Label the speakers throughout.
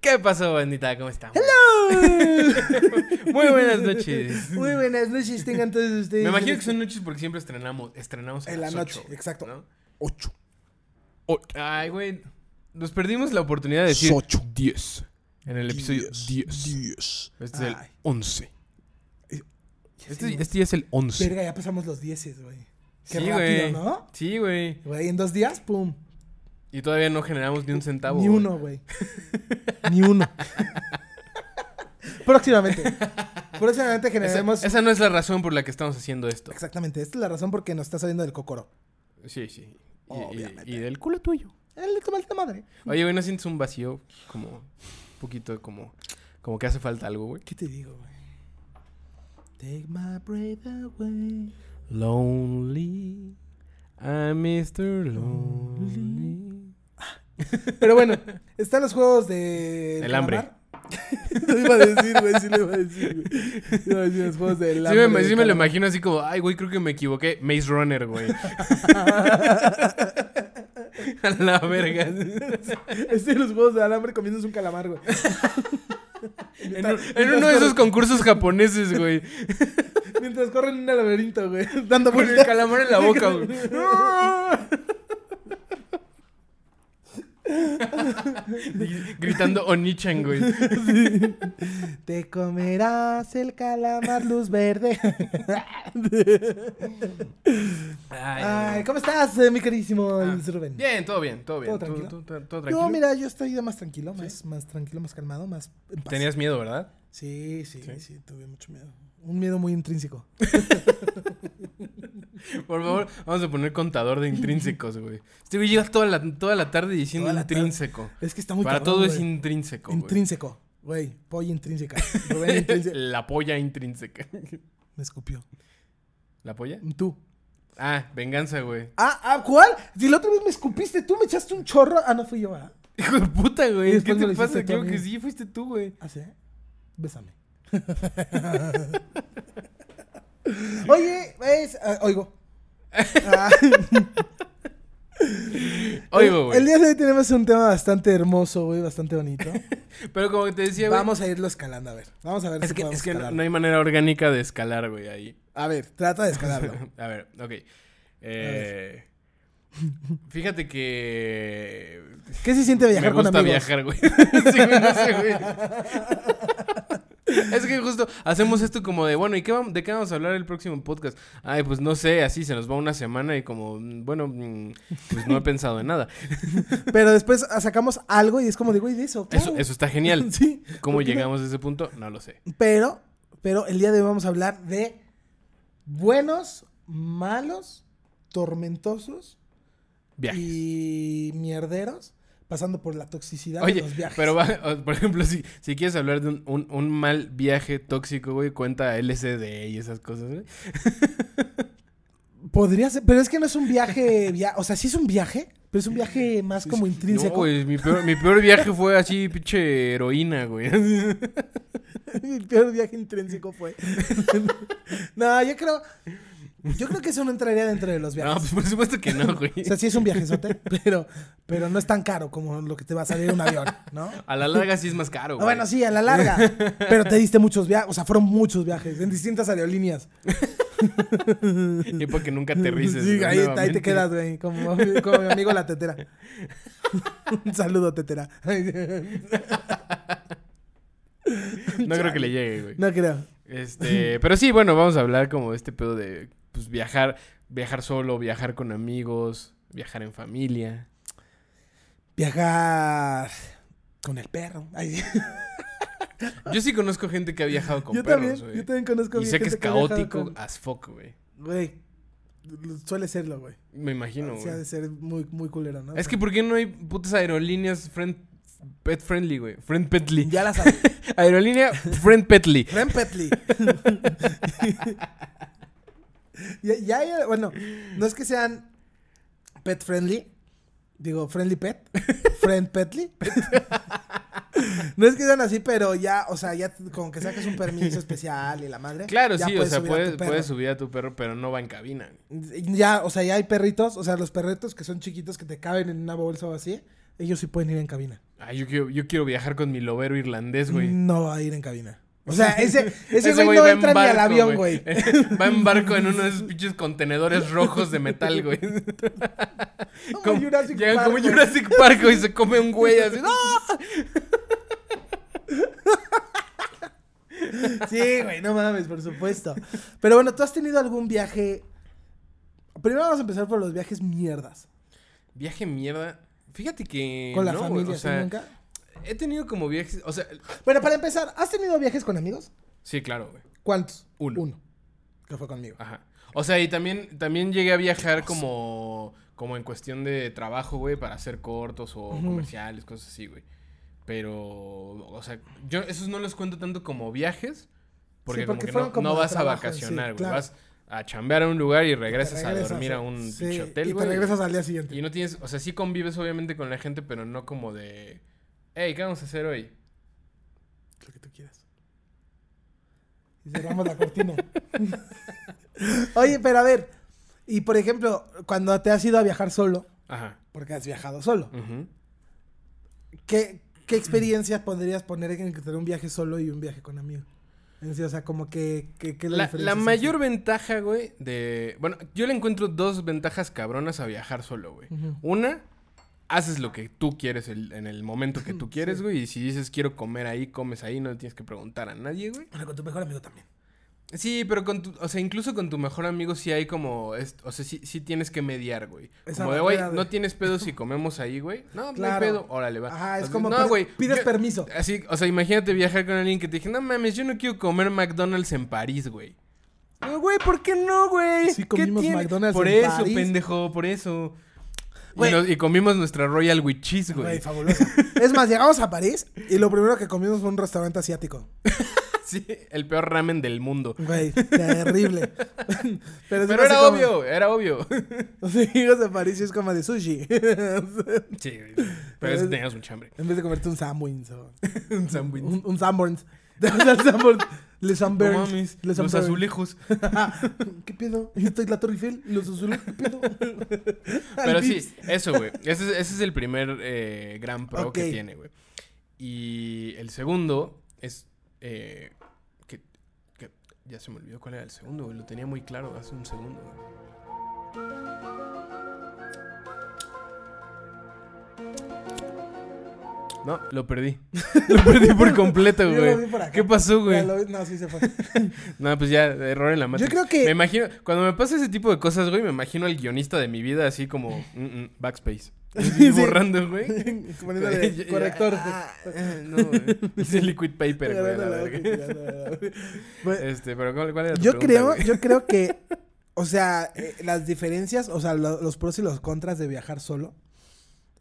Speaker 1: ¿Qué pasó, bandita? ¿Cómo estamos?
Speaker 2: ¡Hello!
Speaker 1: Muy buenas noches.
Speaker 2: Muy buenas noches, tengan todos ustedes.
Speaker 1: Me imagino que son noches porque siempre estrenamos, estrenamos a
Speaker 2: En la
Speaker 1: las
Speaker 2: noche,
Speaker 1: ocho,
Speaker 2: exacto.
Speaker 1: ¿no?
Speaker 2: Ocho.
Speaker 1: Ay, güey. Nos perdimos la oportunidad de decir
Speaker 2: Ocho.
Speaker 1: 10 en el episodio 10.
Speaker 2: Diez.
Speaker 1: Este es el
Speaker 2: Ay,
Speaker 1: 11.
Speaker 2: ya se
Speaker 1: Este,
Speaker 2: nos-
Speaker 1: este ya es el 11.
Speaker 2: Verga, ya pasamos los dieces, güey. Qué
Speaker 1: Sí,
Speaker 2: rápido,
Speaker 1: güey.
Speaker 2: ¿no?
Speaker 1: Sí, güey.
Speaker 2: Güey, en dos días, pum.
Speaker 1: Y todavía no generamos ni un centavo.
Speaker 2: Ni
Speaker 1: güey.
Speaker 2: uno, güey. Ni uno. Próximamente. Próximamente
Speaker 1: Esa,
Speaker 2: generaremos.
Speaker 1: esa no es la razón por la que estamos haciendo esto.
Speaker 2: Exactamente, esta es la razón por qué nos está saliendo del cocoro.
Speaker 1: Sí, sí. Y- y-
Speaker 2: Obviamente.
Speaker 1: y del culo tuyo.
Speaker 2: Él le toma el de madre.
Speaker 1: Oye, güey, ¿no sientes un vacío? Como, un poquito como, como que hace falta algo, güey.
Speaker 2: ¿Qué te digo, güey? Take my breath away.
Speaker 1: Lonely, I'm Mr. Lonely.
Speaker 2: Pero bueno, están los juegos de.
Speaker 1: El hambre.
Speaker 2: Lo iba a decir, güey. Sí, lo iba a decir, güey. Iba a decir los juegos del
Speaker 1: Sí
Speaker 2: hambre.
Speaker 1: me,
Speaker 2: del
Speaker 1: sí me lo
Speaker 2: calamar.
Speaker 1: imagino así como, ay, güey, creo que me equivoqué. Maze Runner, güey. A la verga.
Speaker 2: Estoy en los juegos del hambre comiéndose un calamar, güey.
Speaker 1: En, un- en uno de esos concursos japoneses, güey.
Speaker 2: Mientras corren en un laberinto, güey. Dando
Speaker 1: Con
Speaker 2: vueltas.
Speaker 1: el calamar en la boca, güey. Y Gritando Onichan, güey.
Speaker 2: Te comerás el calamar luz verde.
Speaker 1: Ay,
Speaker 2: Ay, ¿cómo estás, eh, mi queridísimo
Speaker 1: Ah,
Speaker 2: Luis Rubén?
Speaker 1: Bien, todo bien, todo bien.
Speaker 2: ¿Todo tranquilo?
Speaker 1: todo tranquilo.
Speaker 2: Yo, mira, yo estoy ya más tranquilo, más, más tranquilo, más calmado, más en paz.
Speaker 1: Tenías miedo, ¿verdad?
Speaker 2: Sí, sí,
Speaker 1: Sí.
Speaker 2: sí, tuve mucho miedo. Un miedo muy intrínseco.
Speaker 1: Por favor, vamos a poner contador de intrínsecos, güey. Este güey lleva toda la, toda la tarde diciendo
Speaker 2: Toda la tarde.
Speaker 1: intrínseco.
Speaker 2: Es que está muy
Speaker 1: Para
Speaker 2: cabrón,
Speaker 1: todo es
Speaker 2: güey.
Speaker 1: intrínseco, güey.
Speaker 2: intrínseco. Güey, polla intrínseca. Rubén intrínseco.
Speaker 1: La polla intrínseca.
Speaker 2: Me escupió.
Speaker 1: ¿La polla?
Speaker 2: Tú.
Speaker 1: Ah, venganza, güey.
Speaker 2: Ah, ah, ¿cuál? Si la otra vez me escupiste, tú me echaste un chorro. Ah, no fui yo, ¿ah?
Speaker 1: Hijo de puta,
Speaker 2: Y
Speaker 1: güey. ¿Qué
Speaker 2: después me
Speaker 1: te
Speaker 2: lo hiciste tú
Speaker 1: pasa?
Speaker 2: a
Speaker 1: Creo
Speaker 2: mí.
Speaker 1: que sí, fuiste tú, güey.
Speaker 2: ¿Ah, sí? Bésame. Oye, es, ah, oigo. Ah,
Speaker 1: Oigo,
Speaker 2: El
Speaker 1: güey.
Speaker 2: día de hoy tenemos un tema bastante hermoso, güey, bastante bonito.
Speaker 1: Pero como te decía, güey.
Speaker 2: Vamos a irlo escalando, a ver. Vamos a ver
Speaker 1: Es
Speaker 2: si
Speaker 1: que,
Speaker 2: podemos
Speaker 1: es que no,
Speaker 2: escalarlo.
Speaker 1: no hay manera orgánica de escalar, güey, ahí.
Speaker 2: A ver, trata de escalarlo.
Speaker 1: A ver, ok. Eh, fíjate que
Speaker 2: ¿Qué se siente viajar
Speaker 1: me gusta
Speaker 2: con amigos?
Speaker 1: viajar, güey. Sí, güey, no sé, güey. Es que justo hacemos esto como de, bueno, ¿y qué vam- de qué vamos a hablar el próximo podcast? Ay, pues no sé, así se nos va una semana y como, mm, bueno, mm, pues no he pensado en nada.
Speaker 2: Pero después ah, sacamos algo y es como digo, y de eso.
Speaker 1: Eso,
Speaker 2: claro".
Speaker 1: eso está genial.
Speaker 2: Sí.
Speaker 1: ¿Cómo
Speaker 2: ¿Por qué no?
Speaker 1: llegamos a ese punto? No lo sé.
Speaker 2: Pero, pero el día de hoy vamos a hablar de buenos, malos, tormentosos
Speaker 1: Viajes.
Speaker 2: y mierderos, pasando por la toxicidad de
Speaker 1: Oye,
Speaker 2: los viajes.
Speaker 1: pero va- o- por ejemplo, si, si quieres hablar de un, un- un mal viaje tóxico, güey, cuenta LCD y esas cosas, ¿eh? güey.
Speaker 2: Podría ser, pero es que no es un viaje, via- o sea, sí es un viaje, pero es un viaje más como
Speaker 1: No,
Speaker 2: intrínseco.
Speaker 1: güey, mi peor, mi peor viaje fue así, pinche heroína, güey.
Speaker 2: Mi peor viaje intrínseco fue. no, yo creo, yo creo que eso no entraría dentro de los
Speaker 1: No,
Speaker 2: viajes.
Speaker 1: pues por supuesto que no, güey.
Speaker 2: O sea, sí es un viajezote, pero, pero no es tan caro como lo que te va a salir un avión, ¿no?
Speaker 1: A la larga sí es más
Speaker 2: Ah,
Speaker 1: caro, güey.
Speaker 2: Bueno, sí, a la larga. Pero te diste muchos viajes, o sea, fueron muchos viajes en distintas aerolíneas.
Speaker 1: Y porque nunca aterrices.
Speaker 2: Sí,
Speaker 1: güey,
Speaker 2: ahí, ahí
Speaker 1: nuevamente.
Speaker 2: te quedas, güey, como, como mi amigo la tetera. Un saludo, tetera.
Speaker 1: No creo que le llegue, güey.
Speaker 2: No creo.
Speaker 1: Este, pero sí, bueno, vamos a hablar como de este pedo de pues viajar, viajar solo, viajar con amigos, viajar en familia.
Speaker 2: Viajar con el perro. Ay,
Speaker 1: Yo sí conozco gente que ha viajado con
Speaker 2: yo
Speaker 1: perros,
Speaker 2: también,
Speaker 1: güey.
Speaker 2: yo también conozco
Speaker 1: Y sé que
Speaker 2: gente
Speaker 1: es
Speaker 2: ha viajado
Speaker 1: caótico
Speaker 2: con-
Speaker 1: as fuck, güey.
Speaker 2: Güey, suele serlo, güey.
Speaker 1: Me imagino,
Speaker 2: Sí, ha de
Speaker 1: güey.
Speaker 2: ser muy, muy culero, ¿no?
Speaker 1: Es que ¿por qué no hay putas aerolíneas friend pet friendly, güey? Friend petly.
Speaker 2: Ya la sabes.
Speaker 1: Aerolínea friend petly.
Speaker 2: Ren Petley. ya, ya, ya, bueno, no es que sean pet friendly. Digo, friendly pet. Friend petly. no es que sean así, pero ya, o sea, ya como que saques un permiso especial y la madre.
Speaker 1: Claro,
Speaker 2: ya
Speaker 1: sí, o sea,
Speaker 2: subir a
Speaker 1: puedes,
Speaker 2: tu perro.
Speaker 1: puedes subir a tu perro, pero no va en cabina. güey.
Speaker 2: Ya, o sea, ya hay perritos, o sea, los perritos que son chiquitos que te caben en una bolsa o así, ellos sí pueden ir en cabina.
Speaker 1: Ay, yo quiero, yo quiero viajar con mi lobero irlandés, güey.
Speaker 2: No va a ir en cabina. O sea, ese, Mm, ese güey no
Speaker 1: va en
Speaker 2: entra ni al
Speaker 1: barco,
Speaker 2: avión, güey.
Speaker 1: va en barco en uno de esos pinches contenedores rojos de metal, güey.
Speaker 2: Como Jurassic
Speaker 1: llegan
Speaker 2: Park,
Speaker 1: Eh, como
Speaker 2: güey.
Speaker 1: Jurassic Park, güey, y se come un güey así. ¡Ah!
Speaker 2: Sí, güey, no mames, por supuesto. Pero bueno, ¿tú has tenido algún viaje? Primero vamos a empezar por los viajes mierdas.
Speaker 1: Viaje mierda. Fíjate que.
Speaker 2: Con la
Speaker 1: no, güey,
Speaker 2: familia,
Speaker 1: o
Speaker 2: ¿sí
Speaker 1: sea,
Speaker 2: nunca?
Speaker 1: he tenido como viajes. O sea,
Speaker 2: Bueno, para empezar, ¿has tenido viajes con amigos?
Speaker 1: sí, claro, güey.
Speaker 2: ¿Cuántos?
Speaker 1: Uno. Ah,
Speaker 2: Que fue conmigo.
Speaker 1: Ajá. O sea, y también, también llegué a viajar como, como en cuestión de trabajo, güey, para hacer cortos o
Speaker 2: Ujú.
Speaker 1: comerciales, cosas así, güey. Pero, o sea, yo esos no los cuento tanto como viajes,
Speaker 2: porque
Speaker 1: porque, como que
Speaker 2: fueron
Speaker 1: no,
Speaker 2: como
Speaker 1: no
Speaker 2: de
Speaker 1: vas a
Speaker 2: trabajo en
Speaker 1: vacacionar,
Speaker 2: sí,
Speaker 1: güey.
Speaker 2: claro.
Speaker 1: Vas a chambear a un lugar y
Speaker 2: Te
Speaker 1: regresas, a dormir a un
Speaker 2: sí,
Speaker 1: pinche hotel,
Speaker 2: Y
Speaker 1: güey.
Speaker 2: te regresas al día siguiente.
Speaker 1: Y no tienes, o sea, sí convives obviamente con la gente, pero no como de, hey, ¿qué vamos a hacer hoy?
Speaker 2: Lo que tú quieras. Y cerramos la cortina. Oye, pero a ver. Y por ejemplo, cuando te has ido a viajar solo,
Speaker 1: Ajá.
Speaker 2: porque has viajado solo,
Speaker 1: ujú.
Speaker 2: ¿qué, qué experiencias podrías poner en entre un viaje solo y un viaje con amigos? En sí, o sea, como que, que, que
Speaker 1: La,
Speaker 2: diferencia
Speaker 1: la
Speaker 2: es así.
Speaker 1: mayor ventaja, güey, de... Bueno, yo le encuentro dos ventajas cabronas a viajar solo, güey.
Speaker 2: Ujú.
Speaker 1: Una, haces lo que tú quieres el- en el momento que tú quieres, güey. Y si dices quiero comer ahí, comes ahí, no le tienes que preguntar a nadie, güey.
Speaker 2: Bueno, con tu mejor amigo también.
Speaker 1: Sí, pero con tu... O sea, incluso con tu mejor amigo sí hay como... es- o sea, sí, sí tienes que mediar, güey.
Speaker 2: Esa
Speaker 1: Como de, güey,
Speaker 2: barrera de-
Speaker 1: no tienes pedo si comemos ahí, güey. No, no hay
Speaker 2: Claro.
Speaker 1: pedo. Órale, va.
Speaker 2: Ajá, es
Speaker 1: Entonces,
Speaker 2: como
Speaker 1: no,
Speaker 2: pues,
Speaker 1: güey,
Speaker 2: pides
Speaker 1: yo- Ah,
Speaker 2: permiso.
Speaker 1: Así, o sea, imagínate viajar con alguien que te dije, no mames, yo no quiero comer McDonald's en París, güey. No, Güey, ¿por qué no, güey?
Speaker 2: Sí
Speaker 1: ¿Qué
Speaker 2: comimos
Speaker 1: tiene?
Speaker 2: McDonald's
Speaker 1: Por
Speaker 2: en
Speaker 1: eso,
Speaker 2: París.
Speaker 1: pendejo, por eso. Y,
Speaker 2: Güey.
Speaker 1: nos- y comimos nuestra Royal with Cheese,
Speaker 2: Güey,
Speaker 1: güey.
Speaker 2: fabuloso. Es más, llegamos a París y lo primero que comimos fue un restaurante asiático.
Speaker 1: Sí, el peor ramen del mundo.
Speaker 2: Güey, terrible. Pero, sí
Speaker 1: Pero
Speaker 2: fue así
Speaker 1: era
Speaker 2: como-
Speaker 1: obvio, era obvio.
Speaker 2: Los amigos de París sí es como de sushi. en
Speaker 1: Sí, güey. Pero eso tenías un chambre.
Speaker 2: vez de comerte un sandwich o
Speaker 1: Un sándwich.
Speaker 2: un, un Sanborns. De verdad, Sanborns. Le
Speaker 1: No
Speaker 2: Sanborns.
Speaker 1: mames,
Speaker 2: Le
Speaker 1: los
Speaker 2: Sanborns.
Speaker 1: azulejos.
Speaker 2: ¿Qué pedo? Estoy en la Torre Eiffel. Los azulejos. ¿Qué pedo?
Speaker 1: Pero sí, eso, güey. Ese, es- ese es el primer eh, gran pro
Speaker 2: Ok.
Speaker 1: que tiene, güey. Y el segundo es. eh, que, que ya se me olvidó cuál era el segundo, güey. Lo tenía muy claro hace un segundo, güey. No, lo perdí. Lo perdí por completo,
Speaker 2: Yo lo
Speaker 1: güey.
Speaker 2: vi por acá.
Speaker 1: ¿Qué pasó, güey?
Speaker 2: Ya lo vi- No, sí se fue.
Speaker 1: No, pues ya, error en la matriz.
Speaker 2: creo que-
Speaker 1: Me imagino... Cuando me pasa ese tipo de cosas, güey, me imagino al guionista de mi vida así como... "Mm, mm, backspace.
Speaker 2: Sí, sí.
Speaker 1: Borrando, güey.
Speaker 2: Poniéndole corrector.
Speaker 1: Ah, eh, no, güey. Ese liquid paper, güey, a la verga.
Speaker 2: Bueno,
Speaker 1: Este, pero ¿cuál, cuál era tu
Speaker 2: Yo
Speaker 1: pregunta,
Speaker 2: creo,
Speaker 1: güey?
Speaker 2: yo creo que, o sea, eh, las diferencias, o sea, lo- los pros y los contras de viajar solo,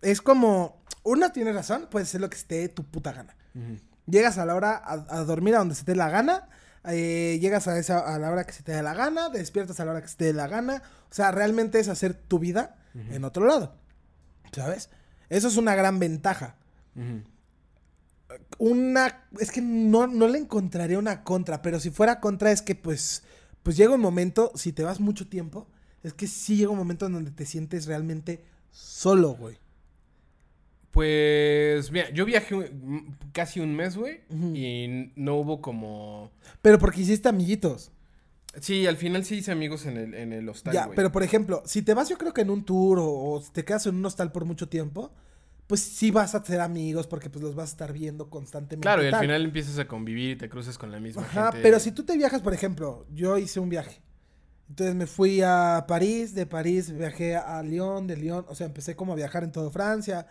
Speaker 2: es como, uno tiene razón, puedes hacer lo que se te dé tu puta gana.
Speaker 1: Ujú.
Speaker 2: Llegas a la hora a, a dormir a donde se te dé la gana, eh, llegas a, esa, a la hora que se te dé la gana, despiertas a la hora que se te dé la gana, o sea, realmente es hacer tu vida en otro lado, ¿sabes? Eso es una gran ventaja.
Speaker 1: Ujú.
Speaker 2: Una, es que no, no le encontraría una contra, pero si fuera contra es que pues, pues llega un momento, si te vas mucho tiempo, es que sí llega un momento en donde te sientes realmente solo, güey.
Speaker 1: Pues, mira, yo viajé un- mm, casi un mes, güey,
Speaker 2: Ujú.
Speaker 1: y no hubo como...
Speaker 2: Pero porque hiciste amiguitos.
Speaker 1: Sí, al final sí hice amigos en el, en el hostal,
Speaker 2: ya,
Speaker 1: güey.
Speaker 2: pero por ejemplo, si te vas yo creo que en un tour o, o si te quedas en un hostal por mucho tiempo, pues sí vas a ser amigos porque pues los vas a estar viendo constantemente.
Speaker 1: Claro, y al
Speaker 2: tal.
Speaker 1: final empiezas a convivir y te cruzas con la misma
Speaker 2: Ajá,
Speaker 1: gente.
Speaker 2: pero si tú te viajas, por ejemplo, yo hice un viaje. Entonces me fui a París, de París viajé a Lyon, de Lyon, o sea, empecé como a viajar en toda Francia,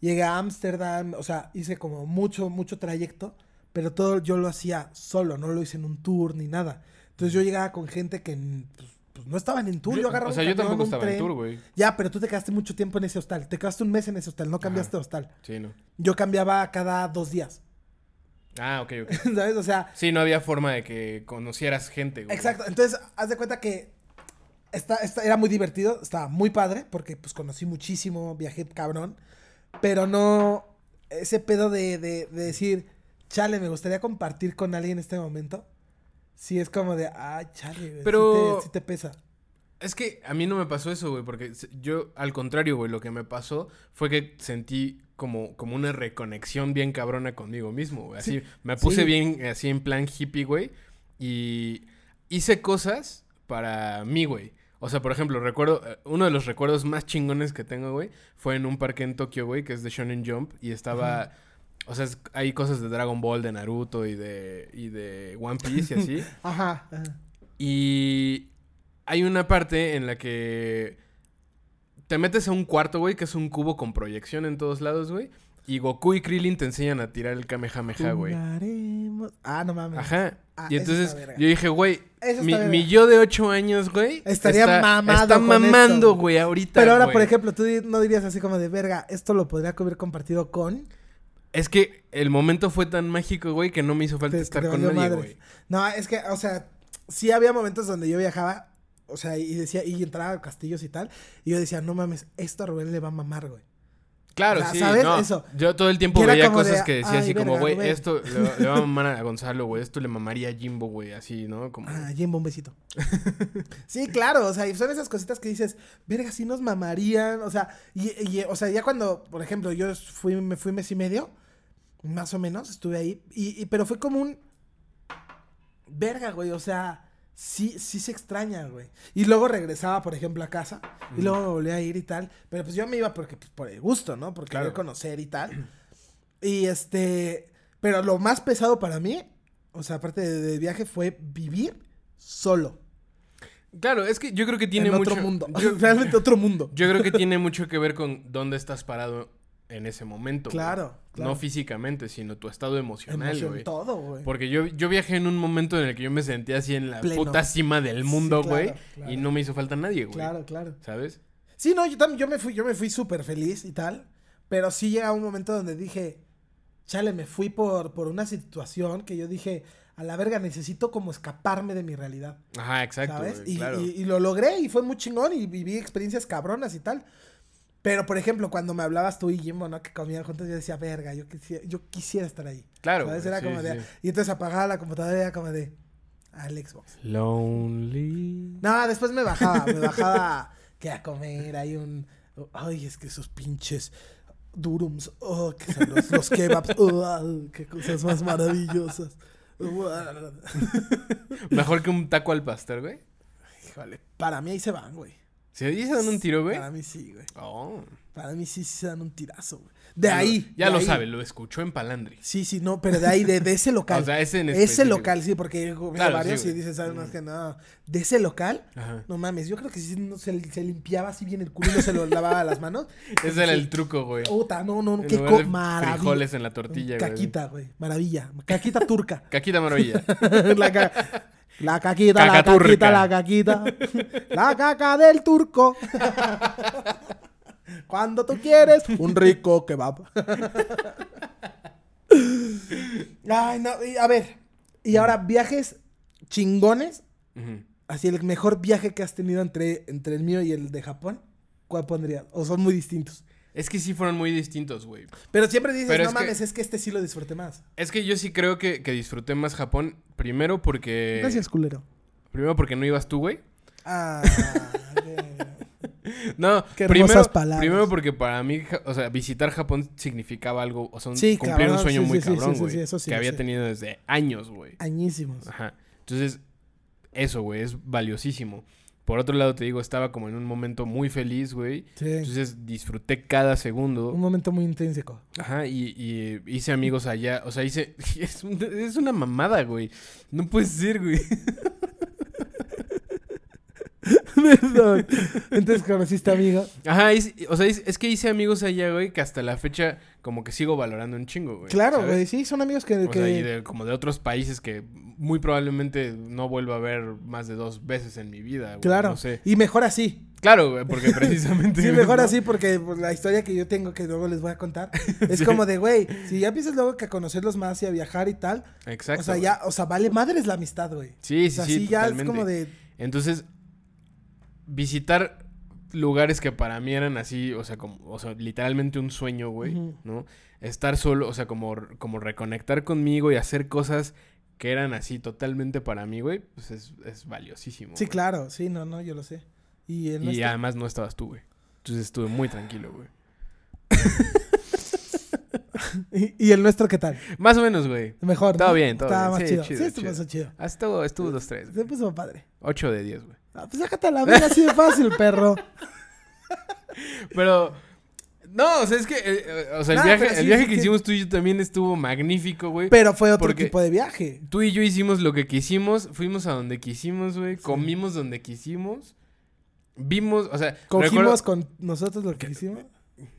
Speaker 2: llegué a Ámsterdam, o sea, hice como mucho, mucho trayecto, pero todo yo lo hacía solo, no lo hice en un tour ni nada. Entonces yo llegaba con gente que pues, pues, no estaban en tour, yo, agarraba un
Speaker 1: O sea, yo
Speaker 2: camión,
Speaker 1: tampoco
Speaker 2: un
Speaker 1: estaba en
Speaker 2: tren.
Speaker 1: tour, güey.
Speaker 2: Ya, pero tú te quedaste mucho tiempo en ese hostal, te quedaste un mes en ese hostal, no cambiaste de hostal.
Speaker 1: Sí, no.
Speaker 2: Yo cambiaba cada dos días,
Speaker 1: Ah, ok, ok.
Speaker 2: ¿sabes? O sea,
Speaker 1: Sí, no había forma de que conocieras gente, güey.
Speaker 2: Exacto, entonces haz de cuenta que está, está- era muy divertido, estaba muy padre, porque pues conocí muchísimo, viajé cabrón, pero no ese pedo de, de- de decir, chale, me gustaría compartir con alguien este momento. Sí, es como de, ah, chale, güey, sí
Speaker 1: Pero-
Speaker 2: te- sí te pesa.
Speaker 1: Es que a mí no me pasó eso, güey, porque se- yo, al contrario, güey, lo que me pasó fue que sentí como, como una reconexión bien cabrona conmigo mismo, güey. Así, me puse
Speaker 2: Sí.
Speaker 1: bien, así en plan hippie, güey. Y hice cosas para mí, güey. O sea, por ejemplo, recuerdo, eh, uno de los recuerdos más chingones que tengo, güey, fue en un parque en Tokio, güey, que es de Shonen Jump. Y estaba, o sea, es- hay cosas de Dragon Ball, de Naruto y de, y de One Piece y así.
Speaker 2: Ajá. ajá.
Speaker 1: Y hay una parte en la que te metes a un cuarto, güey, que es un cubo con proyección en todos lados, güey. Y Goku y Krillin te enseñan a tirar el Kamehameha, güey.
Speaker 2: Tunaremos- Ah, no mames.
Speaker 1: Ajá.
Speaker 2: Ah,
Speaker 1: y
Speaker 2: eso
Speaker 1: entonces
Speaker 2: está verga.
Speaker 1: yo dije, güey,
Speaker 2: Eso
Speaker 1: mi,
Speaker 2: está
Speaker 1: mi
Speaker 2: verga.
Speaker 1: yo de 8 años, güey.
Speaker 2: Estaría
Speaker 1: está,
Speaker 2: mamado
Speaker 1: Está
Speaker 2: con
Speaker 1: mamando,
Speaker 2: esto.
Speaker 1: güey, ahorita.
Speaker 2: Pero ahora,
Speaker 1: güey.
Speaker 2: por ejemplo, tú di- no dirías así como de verga, esto lo podría haber compartido con.
Speaker 1: Es que el momento fue tan mágico, güey, que no me hizo falta
Speaker 2: Te-
Speaker 1: estar
Speaker 2: te
Speaker 1: con
Speaker 2: valió
Speaker 1: nadie,
Speaker 2: madre.
Speaker 1: güey.
Speaker 2: No, es que, o sea, sí había momentos donde yo viajaba, o sea, y decía, y entraba a castillos y tal, y yo decía, no mames, esto a Rubén le va a mamar, güey.
Speaker 1: Claro,
Speaker 2: O sea,
Speaker 1: sí,
Speaker 2: ¿sabes?
Speaker 1: no.
Speaker 2: Eso.
Speaker 1: Yo todo el tiempo
Speaker 2: Y era
Speaker 1: veía
Speaker 2: como de,
Speaker 1: cosas que decía
Speaker 2: "Ay,
Speaker 1: así como,
Speaker 2: verga,
Speaker 1: güey,
Speaker 2: güey".
Speaker 1: esto le, le va a mamar a Gonzalo, güey, esto le mamaría a Jimbo, güey, así, ¿no? Como...
Speaker 2: Ah, Jimbo, un besito. sí, claro, o sea, y son esas cositas que dices, verga, sí nos mamarían, o sea, y, y, o sea, ya cuando, por ejemplo, yo fui, me fui mes y medio, más o menos, estuve ahí, y, y- pero fue como un, verga, güey, o sea, sí, sí se extraña, güey. Y luego regresaba, por ejemplo, a casa, y luego me volvía a ir y tal, pero pues yo me iba porque, pues, por el gusto, ¿no? Porque
Speaker 1: Claro.
Speaker 2: quería conocer y tal. Y este, pero lo más pesado para mí, o sea, aparte de, de viaje, fue vivir solo.
Speaker 1: Claro, es que yo creo que tiene
Speaker 2: en
Speaker 1: mucho...
Speaker 2: otro mundo.
Speaker 1: Yo,
Speaker 2: Realmente otro mundo.
Speaker 1: yo creo que tiene mucho que ver con dónde estás parado en ese momento. güey.
Speaker 2: Claro, claro.
Speaker 1: No físicamente, sino tu estado emocional,
Speaker 2: Emoción,
Speaker 1: güey.
Speaker 2: todo, güey.
Speaker 1: Porque yo, yo viajé en un momento en el que yo me sentía así en la
Speaker 2: Pleno.
Speaker 1: puta cima del mundo,
Speaker 2: Sí,
Speaker 1: güey.
Speaker 2: claro, claro.
Speaker 1: Y no me hizo falta nadie, güey.
Speaker 2: Claro, claro.
Speaker 1: ¿Sabes?
Speaker 2: Sí, no, yo también, yo me fui, yo me fui súper feliz y tal, pero sí llega un momento donde dije, chale, me fui por, por una situación que yo dije, a la verga, necesito como escaparme de mi realidad.
Speaker 1: Ajá, exacto.
Speaker 2: ¿sabes?
Speaker 1: güey,
Speaker 2: y,
Speaker 1: claro.
Speaker 2: y- y lo logré y fue muy chingón y viví experiencias cabronas y tal. Pero, por ejemplo, cuando me hablabas tú y Jimbo, ¿no? Que comían juntos, yo decía, verga, yo quisiera, yo quisiera estar ahí.
Speaker 1: Claro,
Speaker 2: ¿Sabes?
Speaker 1: güey,
Speaker 2: Era
Speaker 1: sí,
Speaker 2: como de-
Speaker 1: sí.
Speaker 2: Y entonces apagaba la computadora y era como de... Al Xbox.
Speaker 1: Lonely.
Speaker 2: No, después me bajaba, me bajaba que a comer, hay un... Ay, es que esos pinches durums, oh, que son los, los kebabs, oh, qué cosas más maravillosas.
Speaker 1: Mejor que un taco al pastor, güey.
Speaker 2: Híjole, para mí ahí se van, güey.
Speaker 1: ¿Se dice dan un tiro, güey?
Speaker 2: Para mí sí, güey.
Speaker 1: Oh.
Speaker 2: Para mí sí se dan un tirazo, güey. De
Speaker 1: Ya lo-
Speaker 2: ahí.
Speaker 1: Ya
Speaker 2: de
Speaker 1: lo
Speaker 2: ahí.
Speaker 1: sabe, lo escuchó en Palandri.
Speaker 2: Sí, sí, no, pero de ahí, de, de ese local.
Speaker 1: O sea, ese en
Speaker 2: Ese
Speaker 1: específico.
Speaker 2: local, sí, porque yo veo
Speaker 1: Claro,
Speaker 2: varios
Speaker 1: sí,
Speaker 2: y
Speaker 1: güey.
Speaker 2: dices, ¿sabes más que no? De ese local,
Speaker 1: Ajá.
Speaker 2: no mames, yo creo que sí no, se, se limpiaba así bien el culo y no se lo lavaba las manos.
Speaker 1: Ese era el truco, güey.
Speaker 2: Puta, no, no, no,
Speaker 1: En
Speaker 2: Oh, qué
Speaker 1: lugar de
Speaker 2: co- maravilla.
Speaker 1: frijoles en la tortilla, güey.
Speaker 2: Caquita, güey, maravilla. Caquita turca.
Speaker 1: Caquita maravilla.
Speaker 2: la, ca- la caquita, la
Speaker 1: Cacaturca.
Speaker 2: caquita, la caquita. La caca del turco. Cuando tú quieres, un rico kebab. Ay, no, y a ver. Y ahora, viajes chingones.
Speaker 1: Ujú.
Speaker 2: Así, el mejor viaje que has tenido entre, entre el mío y el de Japón. ¿Cuál pondrías? O son muy distintos.
Speaker 1: es que sí fueron muy distintos, güey.
Speaker 2: Pero siempre dices,
Speaker 1: Pero
Speaker 2: no
Speaker 1: es que-
Speaker 2: mames, es que este sí lo disfruté más.
Speaker 1: Es que yo sí creo que, que disfruté más Japón. Primero porque.
Speaker 2: Gracias, culero.
Speaker 1: Primero porque no ibas tú, güey.
Speaker 2: Ah, ok.
Speaker 1: No,
Speaker 2: Qué hermosas
Speaker 1: primero,
Speaker 2: palabras.
Speaker 1: primero porque para mí, ja- o sea, visitar Japón significaba algo, o sea, un-
Speaker 2: Sí,
Speaker 1: cumplir un
Speaker 2: cabrón,
Speaker 1: sueño
Speaker 2: sí,
Speaker 1: muy
Speaker 2: sí, sí, sí,
Speaker 1: cabrón,
Speaker 2: sí,
Speaker 1: güey,
Speaker 2: sí, eso sí
Speaker 1: que
Speaker 2: lo
Speaker 1: había
Speaker 2: sé.
Speaker 1: tenido desde años, güey.
Speaker 2: Añísimos.
Speaker 1: Ajá. Entonces, eso, güey, es valiosísimo. Por otro lado, te digo, estaba como en un momento muy feliz, güey.
Speaker 2: Sí.
Speaker 1: Entonces disfruté cada segundo.
Speaker 2: Un momento muy intrínseco.
Speaker 1: Ajá, y, y eh, hice amigos allá. O sea, hice. Es, un- es una mamada, güey. No puede ser, güey.
Speaker 2: Perdón. Entonces conociste amigo.
Speaker 1: Ajá, hice- o sea, hice- es que hice amigos allá, güey, que hasta la fecha como que sigo valorando un chingo, güey.
Speaker 2: Claro,
Speaker 1: Pues, ¿sabes?
Speaker 2: güey. Sí, son amigos que.
Speaker 1: O
Speaker 2: que-
Speaker 1: sea, y de- como de otros países que muy probablemente no vuelva a ver más de dos veces en mi vida, güey.
Speaker 2: claro.
Speaker 1: No sé.
Speaker 2: Y mejor así.
Speaker 1: Claro, güey, porque precisamente.
Speaker 2: Sí, mejor
Speaker 1: ¿no?
Speaker 2: así porque pues, la historia que yo tengo que luego les voy a contar es como de, güey, si ya empiezas luego que a conocerlos más y a viajar y tal,
Speaker 1: Exacto.
Speaker 2: o sea,
Speaker 1: güey.
Speaker 2: ya, o sea, vale madres la amistad, güey.
Speaker 1: Sí,
Speaker 2: O
Speaker 1: sí,
Speaker 2: sea,
Speaker 1: sí.
Speaker 2: sí, ya es
Speaker 1: totalmente.
Speaker 2: como de,
Speaker 1: Entonces, visitar lugares que para mí eran así, o sea, como, o sea, literalmente un sueño, güey,
Speaker 2: Ujú.
Speaker 1: ¿no? Estar solo, o sea, como, como reconectar conmigo y hacer cosas que eran así totalmente para mí, güey, pues es, es valiosísimo.
Speaker 2: sí,
Speaker 1: güey.
Speaker 2: claro, este sí, no, no, yo lo sé. Y él no
Speaker 1: Y
Speaker 2: está-
Speaker 1: además no estabas tú, güey. Entonces estuve muy tranquilo, güey.
Speaker 2: Y, y el nuestro, ¿qué tal?
Speaker 1: Más o menos, güey.
Speaker 2: Mejor.
Speaker 1: Todo bien, todo
Speaker 2: Estaba más
Speaker 1: bien. Sí,
Speaker 2: chido.
Speaker 1: chido,
Speaker 2: Sí, esto
Speaker 1: chido.
Speaker 2: pasó chido.
Speaker 1: Ah, Estuvo, estuvo dos, tres.
Speaker 2: Se puso padre.
Speaker 1: 8 de 10, güey.
Speaker 2: Ah, pues sácate a la verga así de fácil, perro.
Speaker 1: Pero. No, o sea, es que. eh, eh, o sea, el
Speaker 2: No,
Speaker 1: viaje,
Speaker 2: pero sí,
Speaker 1: el viaje
Speaker 2: sí,
Speaker 1: que
Speaker 2: sí.
Speaker 1: hicimos tú y yo también estuvo magnífico, güey.
Speaker 2: Pero fue otro
Speaker 1: Porque-
Speaker 2: tipo de viaje.
Speaker 1: Tú y yo hicimos lo que quisimos, fuimos a donde quisimos, güey. Comimos donde quisimos. Vimos, o sea. recuerdo-
Speaker 2: Cogimos con nosotros lo que hicimos.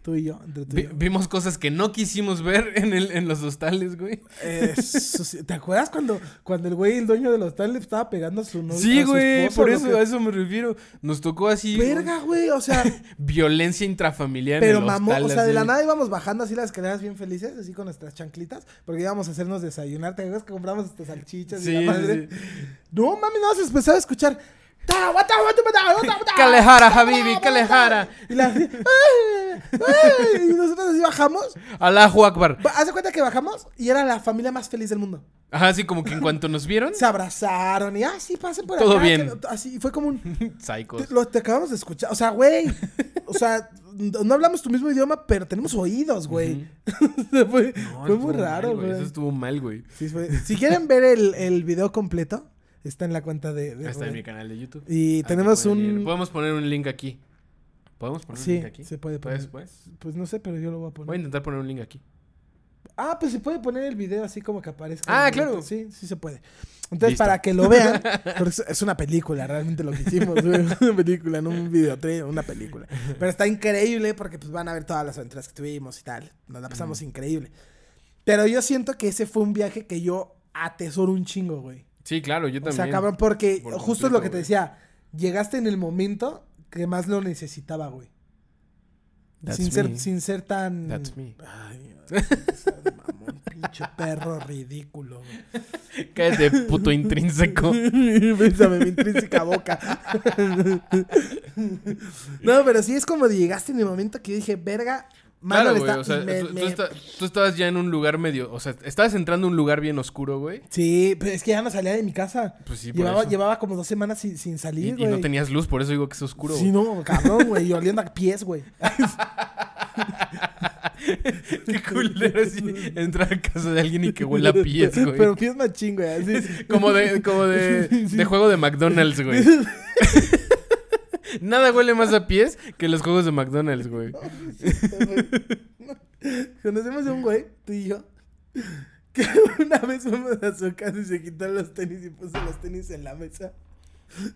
Speaker 2: Tú y yo, entre tú y
Speaker 1: vi-
Speaker 2: yo.
Speaker 1: vimos cosas que no quisimos ver en, el, en los hostales, güey.
Speaker 2: Eso sí. ¿Te acuerdas cuando, cuando el güey, el dueño del hostal, le estaba pegando a su novia?
Speaker 1: Sí, güey, por eso, a eso me refiero. Nos tocó así. güey,
Speaker 2: Verga, güey, o sea,
Speaker 1: Violencia intrafamiliar en
Speaker 2: pero
Speaker 1: el
Speaker 2: mamó,
Speaker 1: hostal,
Speaker 2: o sea, de
Speaker 1: así.
Speaker 2: la nada íbamos bajando así las escaleras bien felices, así con nuestras chanclitas, porque íbamos a hacernos desayunar, te acuerdas que compramos estas salchichas
Speaker 1: Sí,
Speaker 2: y
Speaker 1: sí,
Speaker 2: la madre.
Speaker 1: sí.
Speaker 2: No, mami, no, se empezaba a escuchar. "Ta, guata, guata, guata, guata, guata".
Speaker 1: Calejara, Habibi, Calejara.
Speaker 2: Y la ay, ay, y nosotros así bajamos.
Speaker 1: Allahu Akbar.
Speaker 2: Ba- Haz de cuenta que bajamos y era la familia más feliz del mundo.
Speaker 1: Ajá, así como que en cuanto nos vieron,
Speaker 2: Se abrazaron y así pasen por
Speaker 1: Todo
Speaker 2: acá,
Speaker 1: bien. Pues.
Speaker 2: que- así y fue como un
Speaker 1: psychos.
Speaker 2: te, lo- te acabamos de escuchar, o sea, güey. O sea, no no hablamos tu mismo idioma, pero tenemos oídos, güey. fue
Speaker 1: No,
Speaker 2: fue
Speaker 1: estuvo
Speaker 2: muy raro,
Speaker 1: mal,
Speaker 2: güey.
Speaker 1: Eso estuvo mal, güey.
Speaker 2: Sí, fue- Si quieren ver el, el video completo, está en la cuenta de. de
Speaker 1: Está Ah, en
Speaker 2: Rubén.
Speaker 1: mi canal de YouTube.
Speaker 2: Y
Speaker 1: Ahí
Speaker 2: tenemos
Speaker 1: pueden ir.
Speaker 2: un.
Speaker 1: Podemos poner un link aquí. ¿Podemos poner un
Speaker 2: Sí,
Speaker 1: link aquí?
Speaker 2: se puede
Speaker 1: ¿Puedes,
Speaker 2: poner.
Speaker 1: puedes?
Speaker 2: Pues no sé, pero yo lo voy a
Speaker 1: Voy a
Speaker 2: poner.
Speaker 1: intentar poner un link aquí.
Speaker 2: Ah, pues se puede poner el video así como que aparezca.
Speaker 1: Ah,
Speaker 2: en el momento.
Speaker 1: claro.
Speaker 2: Sí, sí se puede. Entonces,
Speaker 1: Listo.
Speaker 2: para que lo vean, porque es- es una película, realmente lo que hicimos, güey, una película, no un videotreo, una película. Pero está increíble porque pues van a ver todas las aventuras que tuvimos y tal. Nos la pasamos increíble. Pero yo siento que ese fue un viaje que yo atesoro un chingo, güey.
Speaker 1: Sí, claro, yo
Speaker 2: O
Speaker 1: también.
Speaker 2: sea, cabrón, porque
Speaker 1: Por
Speaker 2: justo es lo
Speaker 1: completo,
Speaker 2: que te
Speaker 1: güey.
Speaker 2: decía, llegaste en el momento que más lo necesitaba, güey.
Speaker 1: That's
Speaker 2: Sin ser,
Speaker 1: me.
Speaker 2: sin ser tan...
Speaker 1: That's me.
Speaker 2: Ay, Dios, mamón, pinche perro ridículo, güey. mm.
Speaker 1: Cállate, puto intrínseco.
Speaker 2: Bésame mi intrínseca boca. no, pero sí es como de llegaste en el momento que yo dije, verga,
Speaker 1: Claro,
Speaker 2: mano
Speaker 1: güey.
Speaker 2: está.
Speaker 1: O sea,
Speaker 2: y me-
Speaker 1: tú, tú
Speaker 2: me-
Speaker 1: esta- tú estabas ya en un lugar medio. O sea, estabas entrando a un lugar bien oscuro, güey.
Speaker 2: Sí, pero es que ya no salía de mi casa.
Speaker 1: Pues sí, por
Speaker 2: llevaba,
Speaker 1: eso.
Speaker 2: llevaba como dos semanas sin, sin
Speaker 1: Y,
Speaker 2: salir,
Speaker 1: y
Speaker 2: güey.
Speaker 1: no tenías luz, por eso digo que es oscuro.
Speaker 2: Sí,
Speaker 1: güey.
Speaker 2: no, cabrón, güey. Y oliendo a pies, güey.
Speaker 1: Qué culero es entrar a casa de alguien y que huela a pies, güey.
Speaker 2: Pero pies machín, güey. Así.
Speaker 1: Como de, como de, de juego de McDonald's, güey. Nada huele más a pies que los juegos de McDonald's, güey.
Speaker 2: Conocemos a un güey, tú y yo, que una vez fuimos a su casa y se quitó los tenis y puso los tenis en la mesa.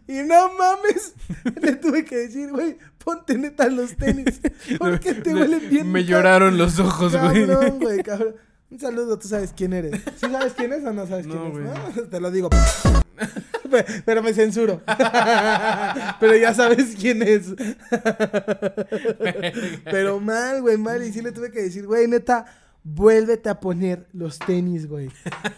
Speaker 2: Y no mames, le tuve que decir, güey, ponte neta los tenis. Porque te huelen bien.
Speaker 1: Me
Speaker 2: ca-
Speaker 1: lloraron los ojos, güey.
Speaker 2: Cabrón, güey, cabrón. Un saludo, tú sabes quién eres. ¿Sí sabes quién es o no sabes quién
Speaker 1: No,
Speaker 2: es?
Speaker 1: güey.
Speaker 2: ¿no? Te lo digo. Pe- Pero me censuro. Pero ya sabes quién es. Pero mal, güey, mal. Y sí le tuve que decir, güey, neta, vuélvete a poner los tenis, güey.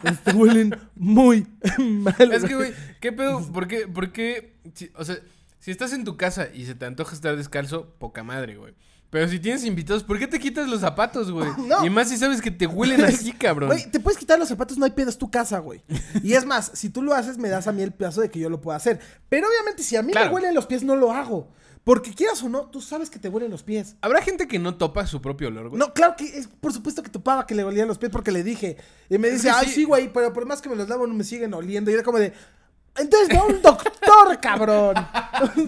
Speaker 2: Pues Te huelen muy mal.
Speaker 1: Es que, güey, ¿qué pedo? ¿Por qué? ¿Por qué? Si- o sea, si estás en tu casa y se te antoja estar descalzo, poca madre, güey. Pero si tienes invitados, ¿por qué te quitas los zapatos, güey?
Speaker 2: No.
Speaker 1: Y más si sabes que te huelen así, cabrón.
Speaker 2: Güey, te puedes quitar los zapatos, no hay pedo, es tu casa, güey. Y es más, si tú lo haces, me das a mí el plazo de que yo lo pueda hacer. Pero obviamente, si a mí
Speaker 1: Claro.
Speaker 2: me huelen los pies, no lo hago. Porque quieras o no, tú sabes que te huelen los pies.
Speaker 1: ¿Habrá gente que no topa su propio olor, güey?
Speaker 2: No, claro que es, por supuesto que topaba que le olían los pies porque le dije. Y me
Speaker 1: Es
Speaker 2: dice,
Speaker 1: que
Speaker 2: ay,
Speaker 1: sí.
Speaker 2: sí, güey, pero por más que me los lavo, no me siguen oliendo. Y era como de, entonces ve a un doctor, cabrón.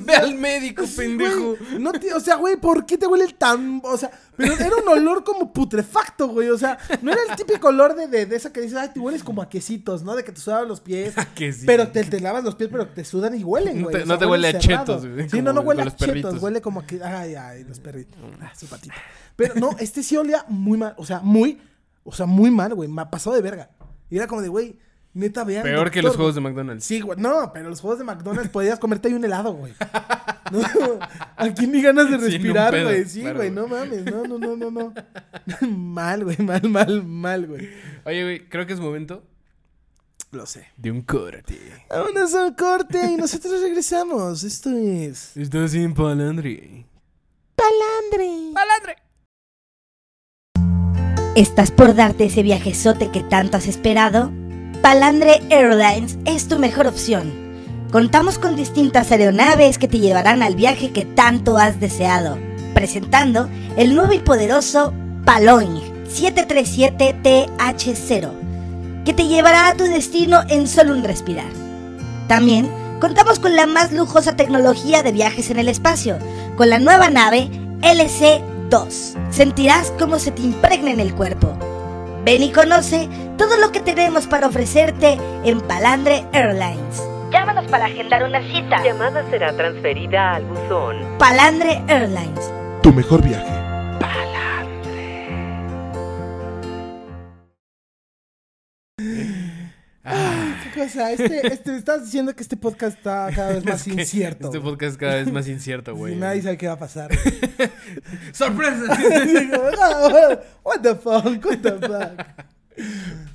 Speaker 1: Ve al médico, pendejo.
Speaker 2: Güey, no te- o sea, güey, ¿por qué te huele tan.? O sea, pero era un olor como putrefacto, güey. O sea, no era el típico olor de, de, de esa que dices, ay, te hueles como a quesitos, ¿no? De que te sudaban los pies.
Speaker 1: Que sí.
Speaker 2: Pero te, te lavas los pies, pero te sudan y huelen,
Speaker 1: No
Speaker 2: güey.
Speaker 1: te-
Speaker 2: o sea,
Speaker 1: no te huele
Speaker 2: huelen
Speaker 1: a
Speaker 2: cerrado.
Speaker 1: chetos, güey,
Speaker 2: Sí,
Speaker 1: como
Speaker 2: no, no
Speaker 1: con
Speaker 2: huele a
Speaker 1: los
Speaker 2: chetos.
Speaker 1: perritos.
Speaker 2: Huele como que. Ay, ay, los perritos. Ah, su patita. Pero no, este sí olía muy mal. O sea, muy. O sea, muy mal, güey. Me ha pasado de verga. Y era como de, güey, neta, vean.
Speaker 1: Peor que los juegos de McDonald's.
Speaker 2: Sí, güey. No, pero los juegos de McDonald's podías comerte ahí un helado, güey. No, aquí ni ganas de
Speaker 1: Sin un
Speaker 2: respirar,
Speaker 1: pedo,
Speaker 2: güey. Sí,
Speaker 1: claro,
Speaker 2: güey, no mames. No, no, no, no, no. mal, güey, mal, mal, mal, güey.
Speaker 1: Oye, güey, creo que es momento
Speaker 2: Lo sé.
Speaker 1: de un corte.
Speaker 2: Vámonos a un corte y nosotros regresamos. Esto es.
Speaker 1: Estás sin palandre.
Speaker 2: ¡Palandre!
Speaker 3: ¿Estás por darte ese viajezote que tanto has esperado? Palandre Airlines es tu mejor opción. Contamos con distintas aeronaves que te llevarán al viaje que tanto has deseado. Presentando el nuevo y poderoso Paloing 737TH0, que te llevará a tu destino en solo un respirar. También contamos con la más lujosa tecnología de viajes en el espacio, con la nueva nave LC-2. Sentirás cómo se te impregna en el cuerpo. Ven y conoce todo lo que tenemos para ofrecerte en Palandre Airlines. Llámanos para agendar una cita.
Speaker 4: La llamada será transferida al buzón.
Speaker 3: Palandre Airlines.
Speaker 5: Tu mejor viaje.
Speaker 2: Ay,
Speaker 1: Ah,
Speaker 2: qué cosa. Este, este, estás diciendo que este podcast está cada vez más incierto.
Speaker 1: Este
Speaker 2: güey.
Speaker 1: podcast cada vez más incierto, güey.
Speaker 2: Sí, nadie sabe qué va a pasar. güey.
Speaker 1: ¡Sorpresa!
Speaker 2: Digo, "Oh, what the fuck, what the fuck.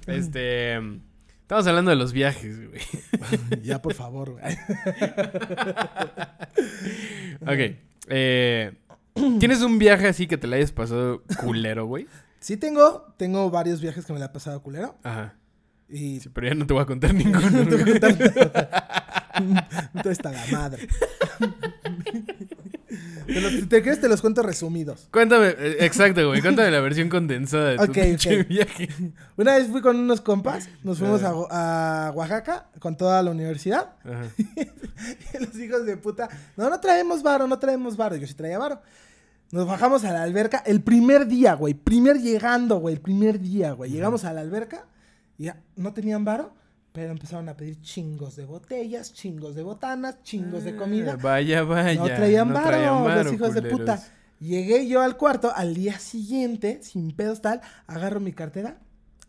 Speaker 1: este. Estamos hablando de los viajes, güey.
Speaker 2: ya, por favor, güey.
Speaker 1: Ok. eh, ¿Tienes un viaje así que te la hayas pasado culero, güey?
Speaker 2: Sí tengo, tengo varios viajes que me la he pasado culero.
Speaker 1: Ajá.
Speaker 2: Y
Speaker 1: Sí, pero ya no te voy a contar ninguno.
Speaker 2: No te
Speaker 1: güey.
Speaker 2: voy a contar nada. Todo está la madre. Te los- si te quieres, te los cuento resumidos.
Speaker 1: Cuéntame, eh, exacto, güey. Cuéntame la versión condensada de tu
Speaker 2: Ok, ok.
Speaker 1: pinche viaje.
Speaker 2: Una vez fui con unos compas, nos fuimos a, Go- a Oaxaca con toda la universidad.
Speaker 1: Ajá.
Speaker 2: Y los hijos de puta, no, no traemos varo, no traemos varo. Yo sí traía varo. Nos bajamos a la alberca el primer día, güey. Primer llegando, güey. El primer día, güey. Llegamos a la alberca y ya no tenían varo, pero empezaron a pedir chingos de botellas, chingos de botanas, chingos
Speaker 1: Eh,
Speaker 2: de comida.
Speaker 1: Vaya, vaya.
Speaker 2: No traían varo,
Speaker 1: varo,
Speaker 2: los hijos de puta.
Speaker 1: culeros.
Speaker 2: Llegué yo al cuarto al día siguiente, sin pedos tal, agarro mi cartera,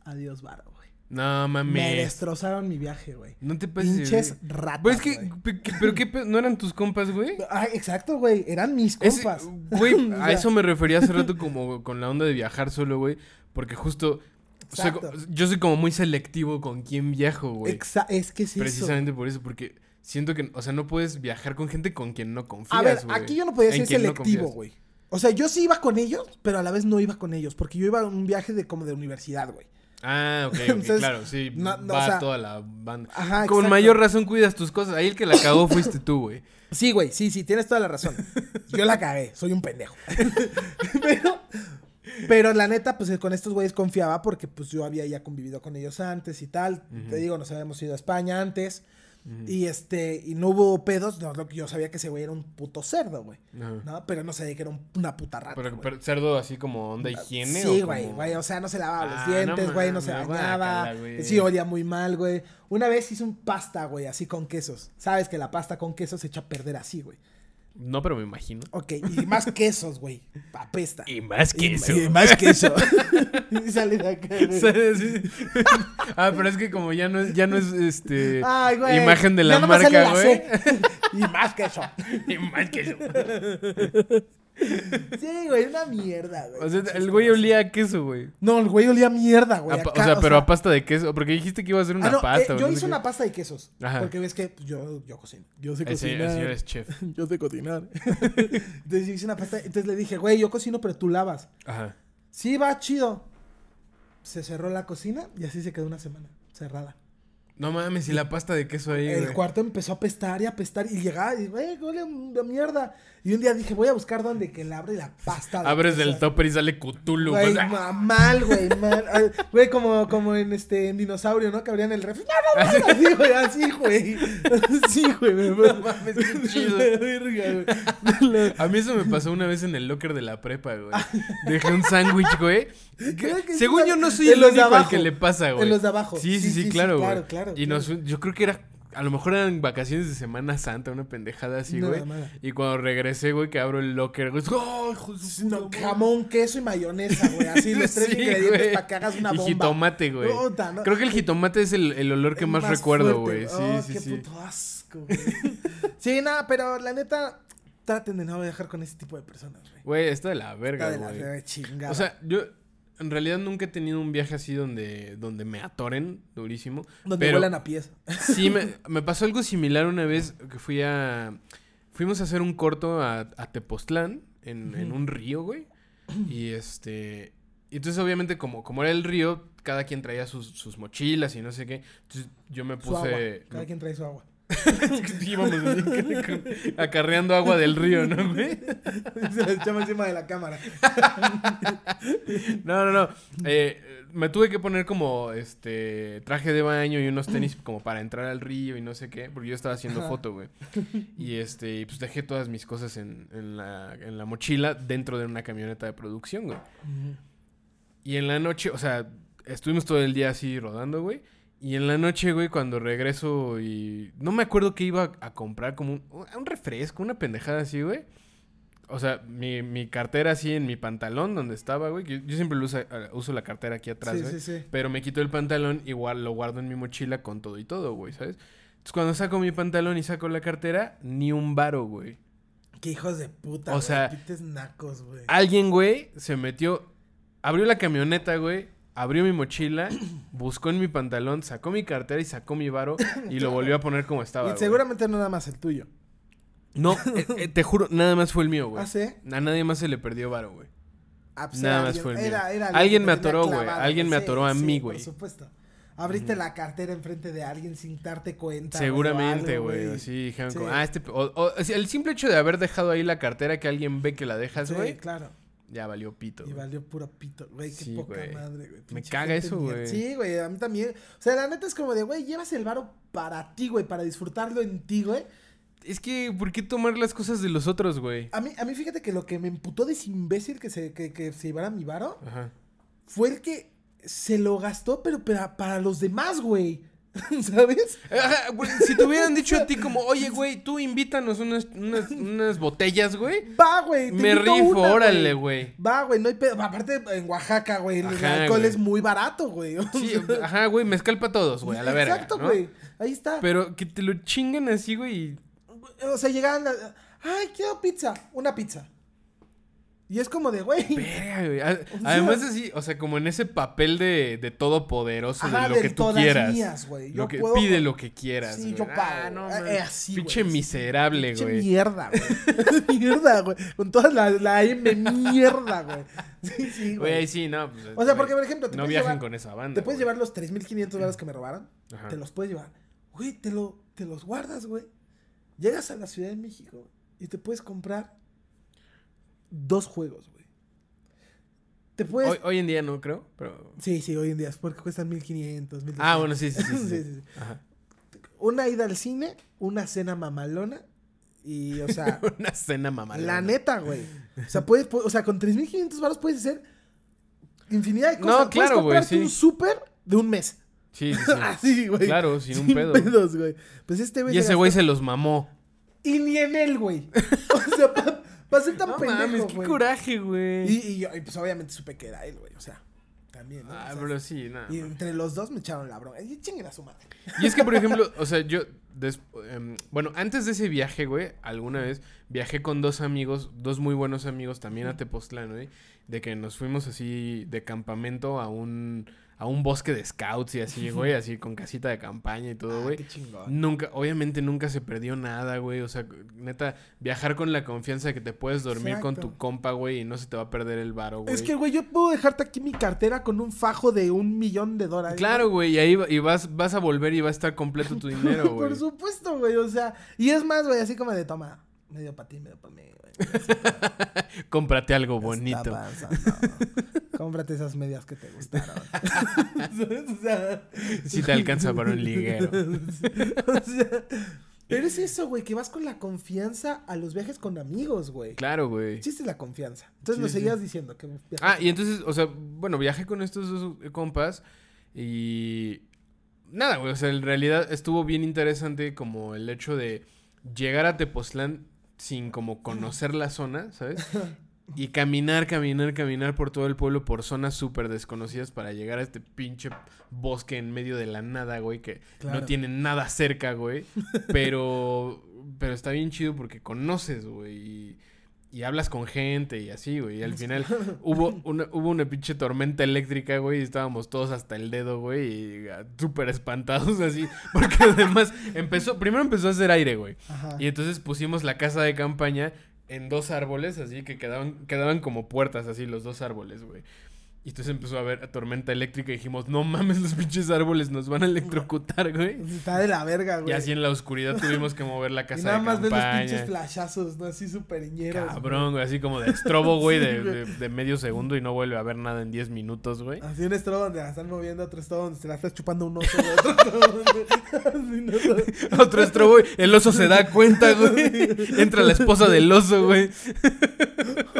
Speaker 2: adiós varo, güey.
Speaker 1: No
Speaker 2: Me
Speaker 1: mames.
Speaker 2: destrozaron mi viaje, güey.
Speaker 1: No te pases. de
Speaker 2: Pinches
Speaker 1: verga.
Speaker 2: ratas,
Speaker 1: Pues es que,
Speaker 2: güey.
Speaker 1: pe- que- pero qué pe- no eran tus compas, güey.
Speaker 2: Ah, exacto, güey, eran mis
Speaker 1: Ese-
Speaker 2: compas.
Speaker 1: Güey,
Speaker 2: O
Speaker 1: a
Speaker 2: sea,
Speaker 1: eso me refería hace rato como con la onda de viajar solo, güey. Porque justo. o sea,
Speaker 2: Exacto.
Speaker 1: yo soy como muy selectivo con quién viajo, güey.
Speaker 2: exa- es que sí.
Speaker 1: Precisamente por eso, porque siento que, o sea, no puedes viajar con gente con quien no confías.
Speaker 2: A ver,
Speaker 1: güey.
Speaker 2: aquí yo no podía
Speaker 1: En
Speaker 2: ser
Speaker 1: quien no
Speaker 2: selectivo,
Speaker 1: confías.
Speaker 2: güey. o sea, yo sí iba con ellos, pero a la vez no iba con ellos, porque yo iba a un viaje de como de universidad, güey.
Speaker 1: ah, ok, ok,
Speaker 2: Entonces,
Speaker 1: claro, sí.
Speaker 2: no- no,
Speaker 1: va
Speaker 2: o sea,
Speaker 1: toda la banda.
Speaker 2: ajá,
Speaker 1: con
Speaker 2: exacto.
Speaker 1: mayor razón cuidas tus cosas. Ahí el que la cagó fuiste tú, güey.
Speaker 2: Sí, güey, sí, sí, tienes toda la razón. Yo la cagué, soy un pendejo. pero, pero la neta, pues con estos güeyes confiaba porque pues yo había ya convivido con ellos antes y tal. Te digo, nos habíamos ido a España antes. Y este, y no hubo pedos, no, lo que yo sabía que ese güey era un puto cerdo, güey.
Speaker 1: Ajá.
Speaker 2: ¿No? Pero no sabía que era un- una puta rata.
Speaker 1: Pero,
Speaker 2: güey. Ah,
Speaker 1: pero cerdo así como onda higiene.
Speaker 2: Sí,
Speaker 1: o
Speaker 2: güey,
Speaker 1: como-
Speaker 2: güey, o sea, no se lavaba
Speaker 1: Ah,
Speaker 2: los
Speaker 1: no
Speaker 2: dientes, güey, no se
Speaker 1: mames,
Speaker 2: bañaba.
Speaker 1: guácala, güey.
Speaker 2: Sí, olía muy mal, güey. Una vez hice un pasta, güey, así con quesos. Sabes que la pasta con quesos se echa a perder así, güey.
Speaker 1: No, pero me imagino.
Speaker 2: Ok, y más quesos, güey. Apesta.
Speaker 1: Y más que eso.
Speaker 2: Y más queso. y sale de acá, güey.
Speaker 1: ¿Sabes? ah, pero es que como ya no es, ya no es este
Speaker 2: Ay, güey.
Speaker 1: imagen de
Speaker 2: Ya
Speaker 1: la
Speaker 2: nomás sale
Speaker 1: marca,
Speaker 2: la
Speaker 1: güey.
Speaker 2: C. y más queso.
Speaker 1: Y más que eso.
Speaker 2: Sí, güey, una mierda, güey.
Speaker 1: O sea, el güey olía a queso, güey.
Speaker 2: No, el güey olía mierda, güey.
Speaker 1: A pa-
Speaker 2: Acá,
Speaker 1: o sea, pero a pasta de queso. Porque dijiste que iba a ser una
Speaker 2: ah, no, eh,
Speaker 1: pasta.
Speaker 2: yo
Speaker 1: güey, no sé
Speaker 2: hice
Speaker 1: qué.
Speaker 2: una pasta de quesos.
Speaker 1: Ajá.
Speaker 2: Porque ves que pues, yo, yo cocino. Yo sé
Speaker 1: Ese-
Speaker 2: cocinar.
Speaker 1: ese eres chef.
Speaker 2: Yo sé cocinar. entonces yo hice una pasta. Entonces le dije, güey, yo cocino, pero tú lavas.
Speaker 1: Ajá.
Speaker 2: Sí, va chido. Se cerró la cocina y así se quedó una semana. Cerrada.
Speaker 1: No mames, y la pasta de queso ahí,
Speaker 2: El
Speaker 1: güey.
Speaker 2: cuarto empezó a apestar y a apestar y llegaba y, güey, huele a mierda. Y un día dije, voy a buscar donde que le abre la pasta. de
Speaker 1: Abres
Speaker 2: queso.
Speaker 1: del topper y sale Cthulhu,
Speaker 2: Güey,
Speaker 1: güey. Ah,
Speaker 2: ma- mal, güey, mal. Ay, Güey, como, como en este, en dinosaurio, ¿no? Que abrían el refri. No, no, no, así, güey, así, güey. Así, güey, me
Speaker 1: No mames, qué chido. A mí eso me pasó una vez en el locker de la prepa, güey. Dejé un sándwich, güey.
Speaker 2: Ah. Creo que
Speaker 1: Según
Speaker 2: sí,
Speaker 1: yo no soy
Speaker 2: en
Speaker 1: el
Speaker 2: los de
Speaker 1: único al
Speaker 2: abajo.
Speaker 1: que le pasa,
Speaker 2: En
Speaker 1: güey.
Speaker 2: los de abajo.
Speaker 1: Sí, sí, sí, claro, güey.
Speaker 2: claro, claro,
Speaker 1: y
Speaker 2: claro.
Speaker 1: nos, yo creo que era, a lo mejor eran vacaciones de Semana Santa, una pendejada así,
Speaker 2: Una
Speaker 1: güey.
Speaker 2: mamada.
Speaker 1: Y cuando regresé, güey, que abro el locker, güey. ¡Oh, hijo de su
Speaker 2: No,
Speaker 1: puta madre!
Speaker 2: jamón, queso y mayonesa, güey. Así los tres
Speaker 1: Sí,
Speaker 2: ingredientes
Speaker 1: güey.
Speaker 2: para que hagas una
Speaker 1: Y
Speaker 2: bomba.
Speaker 1: jitomate, güey.
Speaker 2: Puta, no.
Speaker 1: Creo que el jitomate es el, el olor que más, recuerdo, güey. Sí,
Speaker 2: Oh,
Speaker 1: sí,
Speaker 2: qué
Speaker 1: sí.
Speaker 2: puto asco, güey. sí, nada, pero la neta, traten de no viajar con ese tipo de personas, güey.
Speaker 1: Güey, está de la verga,
Speaker 2: Está de la
Speaker 1: güey.
Speaker 2: fea chingada.
Speaker 1: O sea, yo en realidad nunca he tenido un viaje así donde, donde me atoren durísimo.
Speaker 2: donde
Speaker 1: pero
Speaker 2: vuelan a pies.
Speaker 1: sí, me, me pasó algo similar una vez que fui a... Fuimos a hacer un corto a, a Tepoztlán, en, en un río, güey. Y este... y Entonces, obviamente, como, como era el río, cada quien traía sus, sus mochilas y no sé qué. Entonces, yo me
Speaker 2: Su agua.
Speaker 1: puse...
Speaker 2: Cada quien trae su agua.
Speaker 1: Íbamos así con- acarreando agua del río, ¿no, güey?
Speaker 2: Se la echamos encima de la cámara.
Speaker 1: No, no, no. Eh, me tuve que poner como este traje de baño y unos tenis como para entrar al río y no sé qué, porque yo estaba haciendo
Speaker 2: Ajá.
Speaker 1: foto, güey. Y este, y pues dejé todas mis cosas en, en la, en la mochila dentro de una camioneta de producción, güey. Y en la noche, o sea, estuvimos todo el día así rodando, güey. Y en la noche, güey, cuando regreso y... No me acuerdo que iba a comprar como un, un refresco, una pendejada así, güey. O sea, mi, mi cartera así en mi pantalón donde estaba, güey. Yo, yo siempre lo usa- eh, uso la cartera aquí atrás,
Speaker 2: Sí,
Speaker 1: güey.
Speaker 2: sí, sí.
Speaker 1: Pero me quito el pantalón y guar- lo guardo en mi mochila con todo y todo, güey, ¿sabes? Entonces, cuando saco mi pantalón y saco la cartera, ni un varo, güey.
Speaker 2: Qué hijos de puta.
Speaker 1: O
Speaker 2: güey,
Speaker 1: sea- ah,
Speaker 2: Pintes nacos, güey.
Speaker 1: Alguien, güey, se metió, abrió la camioneta, güey, abrió mi mochila, buscó en mi pantalón, sacó mi cartera y sacó mi varo y lo volvió a poner como estaba.
Speaker 2: Y
Speaker 1: güey.
Speaker 2: seguramente no nada más el tuyo.
Speaker 1: No, eh, eh, te juro, nada más fue el mío, güey.
Speaker 2: ¿Ah, sí?
Speaker 1: A nadie más se le perdió varo, güey.
Speaker 2: Ah, pues
Speaker 1: Nada
Speaker 2: era
Speaker 1: más
Speaker 2: alguien-
Speaker 1: fue el mío.
Speaker 2: era- era
Speaker 1: Alguien
Speaker 2: que
Speaker 1: me
Speaker 2: te tenía
Speaker 1: atoró, güey.
Speaker 2: clavado,
Speaker 1: Alguien me
Speaker 2: sí,
Speaker 1: atoró a
Speaker 2: sí,
Speaker 1: mí,
Speaker 2: Por
Speaker 1: güey.
Speaker 2: supuesto. Abriste la cartera enfrente de alguien sin darte cuenta. güey, o
Speaker 1: Seguramente,
Speaker 2: algo,
Speaker 1: güey. Así dijeron
Speaker 2: Sí.
Speaker 1: como, ah, este... pe- o- o- o sea, el simple hecho de haber dejado ahí la cartera que alguien ve que la dejas,
Speaker 2: Sí,
Speaker 1: güey,
Speaker 2: claro.
Speaker 1: ya valió pito.
Speaker 2: Y
Speaker 1: güey.
Speaker 2: valió puro pito, güey, qué
Speaker 1: Sí,
Speaker 2: poca
Speaker 1: güey.
Speaker 2: madre, güey.
Speaker 1: Me
Speaker 2: pinche
Speaker 1: caga
Speaker 2: gente
Speaker 1: eso,
Speaker 2: mierda.
Speaker 1: güey.
Speaker 2: Sí, güey, a mí también. O sea, la neta es como de, güey, llevas el varo para ti, güey, para disfrutarlo en ti, güey.
Speaker 1: Es que, ¿por qué tomar las cosas de los otros, güey?
Speaker 2: A mí, a mí fíjate que lo que me emputó de ese imbécil que se, que, que se llevara mi varo
Speaker 1: Ajá.
Speaker 2: fue el que se lo gastó, pero para, para los demás, güey. ¿Sabes?
Speaker 1: Ajá, güey, si te hubieran dicho a ti como, oye, güey, tú invítanos unas, unas, unas botellas, güey.
Speaker 2: Va, güey. te
Speaker 1: Me
Speaker 2: invito
Speaker 1: rifo,
Speaker 2: una,
Speaker 1: órale, güey.
Speaker 2: Va, güey, no hay pedo. Aparte, en Oaxaca, güey, el
Speaker 1: Ajá,
Speaker 2: alcohol
Speaker 1: güey.
Speaker 2: es muy barato, güey.
Speaker 1: Sí, ajá, güey, mezcal para todos, güey, a la verga.
Speaker 2: Exacto,
Speaker 1: ¿no?
Speaker 2: güey. Ahí está.
Speaker 1: Pero que te lo chingan así, güey.
Speaker 2: O sea, llegaban las- Ay, quiero pizza. Una pizza. Y es como de, güey.
Speaker 1: Verga, güey. A- Además, así, o sea, como en ese papel de, de todopoderoso,
Speaker 2: Ajá,
Speaker 1: de lo
Speaker 2: de
Speaker 1: que tú
Speaker 2: todas
Speaker 1: quieras.
Speaker 2: mías, güey. Yo
Speaker 1: Lo que-
Speaker 2: puedo-
Speaker 1: Pide lo que quieras.
Speaker 2: Sí,
Speaker 1: güey.
Speaker 2: yo
Speaker 1: Ah,
Speaker 2: pago.
Speaker 1: no,
Speaker 2: Eh,
Speaker 1: mames.
Speaker 2: así, güey,
Speaker 1: Pinche
Speaker 2: sí.
Speaker 1: miserable,
Speaker 2: Pinche
Speaker 1: güey.
Speaker 2: mierda, güey. mierda, güey. Con toda la, la M mierda, güey. Sí, sí,
Speaker 1: Güey,
Speaker 2: güey.
Speaker 1: sí, no.
Speaker 2: O
Speaker 1: pues,
Speaker 2: sea,
Speaker 1: güey,
Speaker 2: porque, por ejemplo, te
Speaker 1: No
Speaker 2: puedes
Speaker 1: viajen
Speaker 2: llevar-
Speaker 1: con esa banda.
Speaker 2: Te puedes
Speaker 1: güey.
Speaker 2: llevar los 3.500 dólares que me robaron.
Speaker 1: Ajá.
Speaker 2: Te los puedes llevar. Güey, te, lo, te los guardas, güey. Llegas a la Ciudad de México y te puedes comprar dos juegos, güey. Te puedes...
Speaker 1: Hoy, hoy en día no, creo, pero.
Speaker 2: Sí, sí, hoy en día es porque cuestan 1.500, 1.000.
Speaker 1: Ah, bueno, sí, sí, sí. sí,
Speaker 2: Sí,
Speaker 1: sí.
Speaker 2: sí, sí.
Speaker 1: Ajá.
Speaker 2: Una ida al cine, una cena mamalona y, o sea...
Speaker 1: Una cena mamalona.
Speaker 2: La neta, güey. O sea, puedes, pu- o sea, con 3.500 baros puedes hacer infinidad de
Speaker 1: No,
Speaker 2: cosas. puedes
Speaker 1: claro, güey,
Speaker 2: comprarte
Speaker 1: sí.
Speaker 2: un súper de un mes.
Speaker 1: Sí, Ah, sí, sí.
Speaker 2: Así, güey.
Speaker 1: Claro, sin un pedo.
Speaker 2: pedos, güey. Pues este güey.
Speaker 1: Y
Speaker 2: se
Speaker 1: ese güey
Speaker 2: gastó-
Speaker 1: se los mamó.
Speaker 2: Y ni en él, güey. O sea, para ser tan
Speaker 1: No
Speaker 2: pendejo,
Speaker 1: mames, qué
Speaker 2: güey.
Speaker 1: coraje, güey.
Speaker 2: Y, y yo, y pues obviamente supe que era él, güey. O sea, también, ¿no?
Speaker 1: Ah,
Speaker 2: O sea,
Speaker 1: pero sí, nada.
Speaker 2: Y entre los dos me echaron la bronca. Y chinguen a su madre.
Speaker 1: Y es que, por ejemplo, o sea, yo. des- em, bueno, antes de ese viaje, güey, alguna vez viajé con dos amigos, dos muy buenos amigos también a Tepoztlán, güey. De que nos fuimos así de campamento a un, a un bosque de scouts y así, güey, así con casita de campaña y todo,
Speaker 2: Ah,
Speaker 1: güey.
Speaker 2: qué chingón.
Speaker 1: Nunca, obviamente nunca se perdió nada, güey. O sea, neta, viajar con la confianza de que te puedes dormir con
Speaker 2: Exacto.
Speaker 1: tu compa, güey, y no se te va a perder el varo, güey.
Speaker 2: Es que, güey, yo puedo dejarte aquí mi cartera con un fajo de un millón de dólares.
Speaker 1: Claro, güey, y ahí va- y vas, vas a volver y va a estar completo tu dinero, güey.
Speaker 2: Por supuesto, güey. O sea, y es más, güey, así como de toma. Medio para ti, medio para mí, güey.
Speaker 1: Cómprate algo
Speaker 2: Está
Speaker 1: bonito.
Speaker 2: pasando. Cómprate esas medias que te gustaron. ¿Sabes? O sea,
Speaker 1: Si te alcanza para un liguero.
Speaker 2: o sea, pero es eso, güey, que vas con la confianza a los viajes con amigos, güey.
Speaker 1: Claro, güey.
Speaker 2: Existe la confianza. Entonces
Speaker 1: Sí,
Speaker 2: nos
Speaker 1: sí.
Speaker 2: seguías diciendo que viajaste
Speaker 1: Ah, y entonces, o sea, bueno, viajé con estos dos eh, compas y... Nada, güey, o sea, en realidad estuvo bien interesante como el hecho de llegar a Tepoztlán sin como conocer la zona, ¿sabes? Y caminar, caminar, caminar por todo el pueblo por zonas súper desconocidas para llegar a este pinche bosque en medio de la nada, güey, que
Speaker 2: Claro.
Speaker 1: no tiene nada cerca, güey. Pero, pero está bien chido porque conoces, güey, y, y hablas con gente y así, güey. Y al final hubo una, hubo una pinche tormenta eléctrica, güey, y estábamos todos hasta el dedo, güey, y ah, súper espantados así. Porque además empezó, primero empezó a hacer aire, güey.
Speaker 2: Ajá.
Speaker 1: Y entonces pusimos la casa de campaña en dos árboles, así que quedaban, quedaban como puertas, así los dos árboles, güey. Y entonces empezó a haber tormenta eléctrica y dijimos, no mames, los pinches árboles nos van a electrocutar, güey.
Speaker 2: Está de la verga, güey.
Speaker 1: Y así en la oscuridad tuvimos que mover la casa
Speaker 2: Y nada
Speaker 1: de
Speaker 2: más ves los
Speaker 1: campaña.
Speaker 2: pinches flashazos, ¿no? Así súper ñeros.
Speaker 1: Cabrón, güey, así como de estrobo, güey, de,
Speaker 2: Sí, güey. Ah.
Speaker 1: de- de medio segundo y no vuelve a ver nada en 10 minutos, güey.
Speaker 2: Así un estrobo donde la están moviendo, otro estrobo donde se la está chupando un oso, güey, otro estrobo donde- Así, no, no.
Speaker 1: Otro estrobo, güey, el oso se da cuenta, güey. Entra la esposa del oso, güey.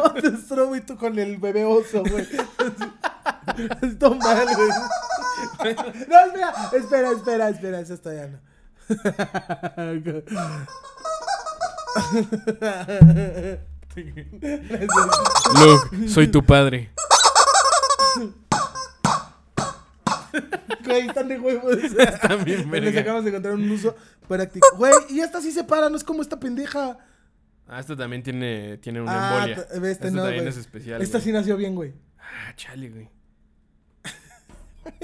Speaker 2: Otro estrobo y tú con el bebé oso, güey. Así- así todo mal, güey. No, espera, espera, espera, espera, eso está ya no.
Speaker 1: Luke, soy tu padre.
Speaker 2: Güey, están de huevos.
Speaker 1: También,
Speaker 2: Les
Speaker 1: verga.
Speaker 2: acabamos de encontrar un uso práctico. Güey, y esta sí se para, no es como esta pendeja.
Speaker 1: Ah, esta también tiene, tiene una
Speaker 2: Ah,
Speaker 1: embolia.
Speaker 2: t- este
Speaker 1: esta
Speaker 2: no,
Speaker 1: también
Speaker 2: güey.
Speaker 1: es especial.
Speaker 2: Esta
Speaker 1: güey.
Speaker 2: sí nació bien, güey.
Speaker 1: Ah, chale, güey.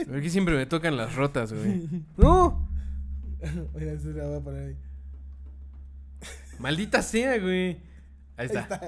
Speaker 1: Porque siempre me tocan las rotas, güey.
Speaker 2: ¡No! Mira, esta la voy a poner ahí.
Speaker 1: Maldita sea, güey. Ahí está.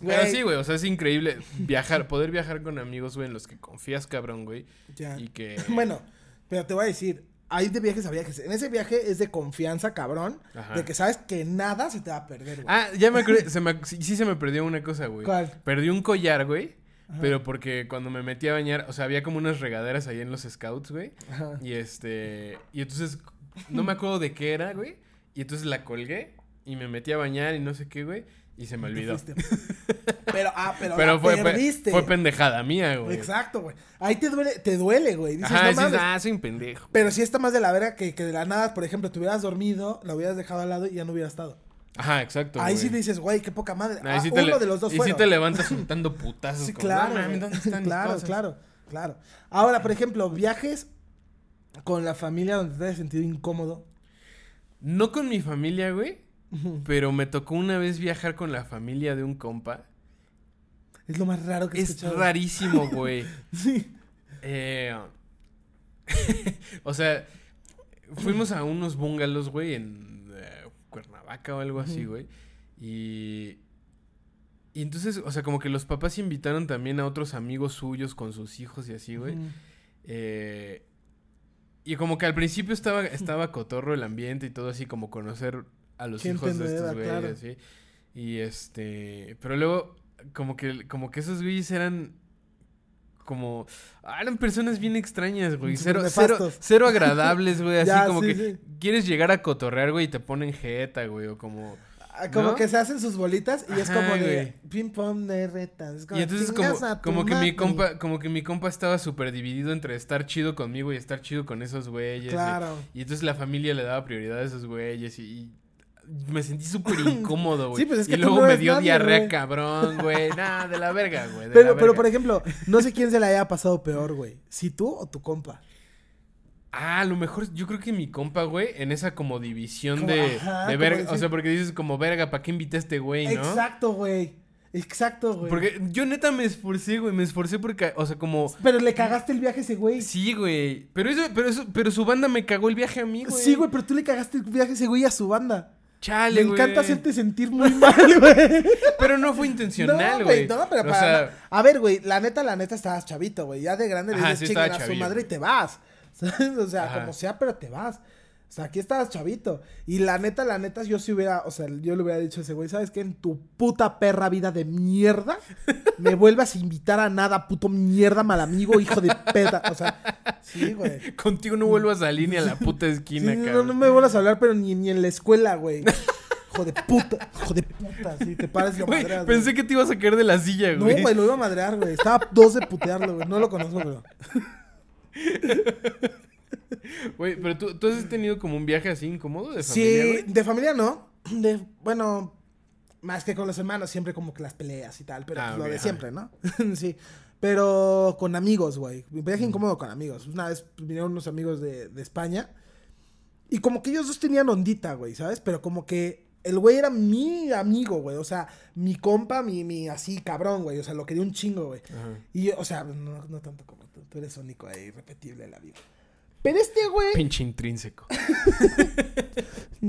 Speaker 1: Pero
Speaker 2: Güey.
Speaker 1: sí, güey, o sea, es increíble viajar, poder viajar con amigos, güey, en los que confías, cabrón, güey.
Speaker 2: Ya.
Speaker 1: Y que...
Speaker 2: Bueno, pero te voy a decir, hay de viajes a viajes. En ese viaje es de confianza, cabrón.
Speaker 1: Ajá.
Speaker 2: De que sabes que nada se te va a perder, güey.
Speaker 1: Ah, ya me acordé, se me ac- sí, sí se me perdió una cosa, güey.
Speaker 2: ¿Cuál?
Speaker 1: Perdí un collar, güey. Pero porque cuando me metí a bañar, o sea, había como unas regaderas ahí en los scouts, güey.
Speaker 2: Ajá.
Speaker 1: Y este, y entonces no me acuerdo de qué era, güey. Y entonces la colgué y me metí a bañar y no sé qué, güey. Y se me
Speaker 2: Te
Speaker 1: olvidó.
Speaker 2: fuiste. Pero, ah, pero,
Speaker 1: Pero
Speaker 2: la
Speaker 1: fue,
Speaker 2: perdiste.
Speaker 1: pe- fue pendejada mía, güey.
Speaker 2: Exacto, güey. Ahí te duele, te duele, güey. Dices,
Speaker 1: Ajá,
Speaker 2: no
Speaker 1: dices,
Speaker 2: mames.
Speaker 1: ah, soy un pendejo.
Speaker 2: Pero sí está más de la verga que, que de la nada, por ejemplo, te hubieras dormido, la hubieras dejado al lado y ya no hubieras estado.
Speaker 1: Ajá, exacto.
Speaker 2: Ahí sí
Speaker 1: güey.
Speaker 2: dices, güey, qué poca madre.
Speaker 1: Ahí
Speaker 2: Ah,
Speaker 1: sí te
Speaker 2: uno
Speaker 1: le-
Speaker 2: de los dos
Speaker 1: Y sí
Speaker 2: fueron.
Speaker 1: te levantas soltando putazos.
Speaker 2: Sí,
Speaker 1: como,
Speaker 2: claro.
Speaker 1: "No mames,
Speaker 2: güey.
Speaker 1: ¿dónde están mis
Speaker 2: claro,
Speaker 1: cosas?"
Speaker 2: claro, claro. Ahora, por ejemplo, viajes con la familia donde te hayas sentido incómodo.
Speaker 1: No con mi familia, güey. Pero me tocó una vez viajar con la familia de un compa.
Speaker 2: Es lo más raro que he
Speaker 1: Es
Speaker 2: escuchado.
Speaker 1: rarísimo, güey.
Speaker 2: Sí.
Speaker 1: Eh, o sea, fuimos a unos bungalows, güey, en eh, Cuernavaca o algo así, güey. Y, y entonces, o sea, como que los papás invitaron también a otros amigos suyos con sus hijos y así, güey.
Speaker 2: Ujú.
Speaker 1: Eh, y como que al principio estaba, estaba cotorro el ambiente y todo así, como conocer a los
Speaker 2: Gente
Speaker 1: hijos de
Speaker 2: nueva,
Speaker 1: estos güeyes,
Speaker 2: claro.
Speaker 1: así. Y este. Pero luego, como que, como que esos güeyes eran. Como. ah, Eran personas bien extrañas, güey.
Speaker 2: Súper
Speaker 1: Cero, cero,
Speaker 2: nefastos.
Speaker 1: cero agradables, güey. Así
Speaker 2: Ya,
Speaker 1: como
Speaker 2: sí,
Speaker 1: que
Speaker 2: sí.
Speaker 1: quieres llegar a cotorrear, güey, y te ponen jeta, güey. O como.
Speaker 2: Ah, Como
Speaker 1: ¿No?
Speaker 2: que se hacen sus bolitas y es
Speaker 1: Ajá,
Speaker 2: como de
Speaker 1: güey.
Speaker 2: ping pong de retas. Es como,
Speaker 1: Y entonces como,
Speaker 2: "Chingas a tu
Speaker 1: como que mi
Speaker 2: madre".
Speaker 1: compa, como que mi compa estaba súper dividido entre estar chido conmigo y estar chido con esos güeyes. y-
Speaker 2: Claro.
Speaker 1: Y, entonces la familia le daba prioridad a esos güeyes y, y me sentí súper incómodo, güey.
Speaker 2: Sí, pues es que
Speaker 1: y
Speaker 2: tú
Speaker 1: luego
Speaker 2: no
Speaker 1: me
Speaker 2: eres
Speaker 1: dio
Speaker 2: nadie,
Speaker 1: diarrea,
Speaker 2: güey.
Speaker 1: cabrón, güey. Nada, de la verga, güey. de la
Speaker 2: Pero, pero
Speaker 1: verga.
Speaker 2: por ejemplo, no sé quién se la haya pasado peor, güey. ¿Si tú o tu compa?
Speaker 1: Ah, a lo mejor yo creo que mi compa, güey, en esa como división
Speaker 2: Como,
Speaker 1: de,
Speaker 2: ajá,
Speaker 1: de
Speaker 2: como
Speaker 1: verga. O
Speaker 2: decir-
Speaker 1: sea, porque dices como verga, ¿para qué invité a este güey, no?
Speaker 2: Exacto, güey. Exacto, güey.
Speaker 1: Porque yo neta me esforcé, güey. Me esforcé porque, o sea, como.
Speaker 2: Pero le cagaste el viaje a ese güey.
Speaker 1: Sí, güey. Pero eso, pero eso, pero su banda me cagó el viaje a mí, güey.
Speaker 2: Sí, güey, pero tú le cagaste el viaje a ese güey y a su banda.
Speaker 1: Chale,
Speaker 2: Me
Speaker 1: güey.
Speaker 2: encanta hacerte sentir muy mal, güey.
Speaker 1: Pero no fue intencional, güey.
Speaker 2: No, pero
Speaker 1: O
Speaker 2: para.
Speaker 1: sea,
Speaker 2: A ver, güey, la neta, la neta estabas chavito, güey. Ya de grande le
Speaker 1: Ajá,
Speaker 2: dices
Speaker 1: sí
Speaker 2: "Chinga
Speaker 1: estaba
Speaker 2: a su
Speaker 1: chavillo,
Speaker 2: madre y
Speaker 1: güey.
Speaker 2: te vas. ¿Sabes? O sea,
Speaker 1: Ajá.
Speaker 2: como sea, pero te vas. O sea, aquí estabas chavito. Y la neta, la neta, yo sí hubiera, o sea, yo le hubiera dicho a ese güey, ¿sabes qué? En tu puta perra vida de mierda, me vuelvas a invitar a nada, puto mierda, mal amigo, hijo de peta. O sea, sí, güey.
Speaker 1: contigo no vuelvo a salir ni a la puta esquina,
Speaker 2: Sí, no,
Speaker 1: cabrón.
Speaker 2: no me vuelvas a hablar, pero ni, ni en la escuela, güey. Hijo de puta, hijo de puta, sí, te paras y lo
Speaker 1: Güey,
Speaker 2: madreas,
Speaker 1: pensé
Speaker 2: güey.
Speaker 1: que te ibas a caer de la silla,
Speaker 2: No,
Speaker 1: güey.
Speaker 2: güey, lo iba a madrear, güey. Estaba a dos de putearlo, güey. No lo conozco, pero.
Speaker 1: Güey, pero tú, tú has tenido como un viaje así incómodo de familia,
Speaker 2: Sí,
Speaker 1: güey.
Speaker 2: de familia no. De, bueno, más que con los hermanos, siempre como que las peleas y tal, pero
Speaker 1: Ah,
Speaker 2: pues,
Speaker 1: ok,
Speaker 2: lo de
Speaker 1: ajá.
Speaker 2: siempre, ¿no? sí. Pero con amigos, güey. Un viaje incómodo con amigos. Una vez pues, vinieron unos amigos de, de España. Y como que ellos dos tenían ondita, güey, ¿sabes? Pero como que el güey era mi amigo, güey. O sea, mi compa, mi, mi así cabrón, güey. O sea, lo quería un chingo, güey.
Speaker 1: Ajá.
Speaker 2: Y yo, o sea, no, no tanto como tú. Tú eres único e irrepetible en la vida. Pero este güey.
Speaker 1: Pinche intrínseco.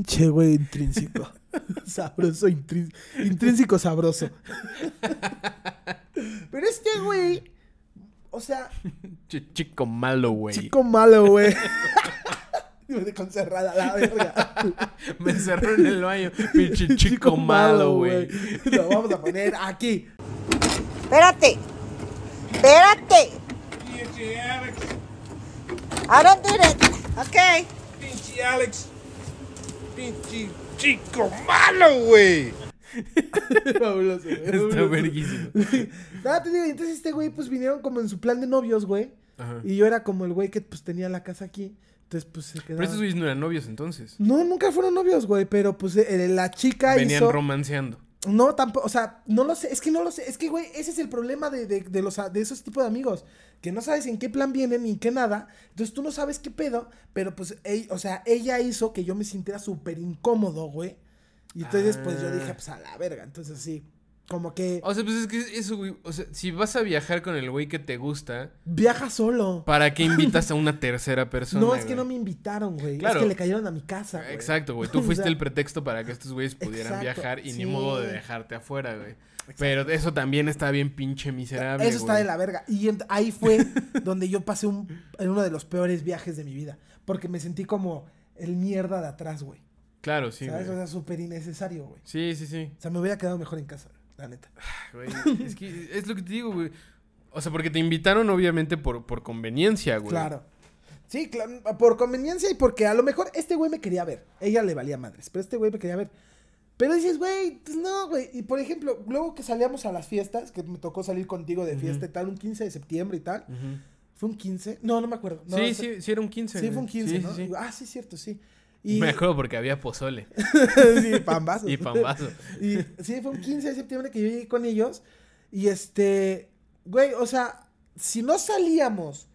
Speaker 2: Che, güey, intrínseco. sabroso, intrínseco. Intrínseco sabroso. Pero este güey, o sea,
Speaker 1: Ch- chico malo, güey.
Speaker 2: chico malo, güey. Con cerrada la verga.
Speaker 1: Me encerró en el baño. Pinche chico, malo, güey.
Speaker 2: Lo vamos a poner aquí.
Speaker 5: Espérate. Espérate. I don't do that. Okay.
Speaker 6: Pinche Alex. Pinche chico malo, güey.
Speaker 2: Fabuloso, güey.
Speaker 1: Está
Speaker 2: fabuloso.
Speaker 1: verguísimo.
Speaker 2: Nada, te digo, y entonces este güey, pues vinieron como en su plan de novios, güey.
Speaker 1: Ajá.
Speaker 2: Y yo era como el güey que pues tenía la casa aquí. Entonces, pues se
Speaker 1: Pero estos
Speaker 2: quedaron.
Speaker 1: güeyes no eran novios entonces.
Speaker 2: No, nunca fueron novios, güey, pero pues eh, la chica
Speaker 1: Venían
Speaker 2: hizo...
Speaker 1: romanceando.
Speaker 2: No, tampoco, o sea, no lo sé, es que no lo sé, es que, güey, ese es el problema de, de, de los, a- de esos tipos de amigos, que no sabes en qué plan vienen ni en qué nada, entonces tú no sabes qué pedo, pero pues, ey- o sea, ella hizo que yo me sintiera súper incómodo, güey, y entonces, pues, yo
Speaker 1: Ah.
Speaker 2: dije, pues, a la verga, entonces, sí, como que
Speaker 1: O sea, pues es que eso, güey. O sea, si vas a viajar con el güey que te gusta,
Speaker 2: viaja solo.
Speaker 1: ¿para qué invitas a una tercera persona?
Speaker 2: No, es que
Speaker 1: güey?
Speaker 2: no me invitaron, güey,
Speaker 1: Claro.
Speaker 2: es que le cayeron a mi casa, güey.
Speaker 1: Exacto, güey. Tú
Speaker 2: O
Speaker 1: fuiste
Speaker 2: sea,
Speaker 1: el pretexto para que estos güeyes
Speaker 2: exacto,
Speaker 1: pudieran viajar y
Speaker 2: sí.
Speaker 1: ni modo de dejarte afuera, güey. Pero eso también está bien pinche miserable.
Speaker 2: Eso está
Speaker 1: güey.
Speaker 2: de la verga. Y ent- ahí fue donde yo pasé un, en uno de los peores viajes de mi vida. Porque me sentí como el mierda de atrás, güey.
Speaker 1: Claro, sí,
Speaker 2: ¿Sabes? O
Speaker 1: güey.
Speaker 2: sea, súper innecesario, güey.
Speaker 1: Sí, sí, sí.
Speaker 2: O sea, me hubiera quedado mejor en casa, la neta.
Speaker 1: Güey, es que es lo que te digo, güey. O sea, porque te invitaron obviamente por, por conveniencia, güey.
Speaker 2: Claro. Sí, claro, por conveniencia y porque a lo mejor este güey me quería ver. Ella le valía madres, pero este güey me quería ver. Pero dices, güey, pues no, güey. Y por ejemplo, luego que salíamos a las fiestas, que me tocó salir contigo de fiesta y tal, un 15 de septiembre y tal.
Speaker 1: Ujú.
Speaker 2: ¿Fue un 15? No, no me acuerdo. No,
Speaker 1: sí,
Speaker 2: ese-
Speaker 1: sí, sí, era un 15.
Speaker 2: Sí,
Speaker 1: güey.
Speaker 2: fue un 15,
Speaker 1: Sí,
Speaker 2: ¿no?
Speaker 1: sí, sí.
Speaker 2: Ah, sí, cierto, sí. Y,
Speaker 1: Me acuerdo porque había pozole
Speaker 2: sí, pambazos.
Speaker 1: y pambazo.
Speaker 2: Y sí, fue un 15 de septiembre que yo llegué con ellos. Y este, güey, o sea, si no salíamos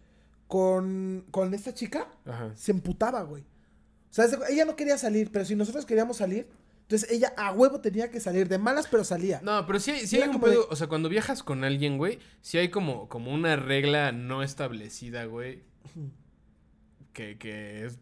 Speaker 2: con, con esta chica,
Speaker 1: Ajá.
Speaker 2: se emputaba, güey. O sea, se- ella no quería salir, pero si nosotros queríamos salir, entonces ella a huevo tenía que salir, de malas, pero salía.
Speaker 1: No, pero sí, hay- sí
Speaker 2: Era
Speaker 1: hay un
Speaker 2: como de-
Speaker 1: pedo. O sea, cuando viajas con alguien, güey, sí hay como, como una regla no establecida, güey. Que, que es.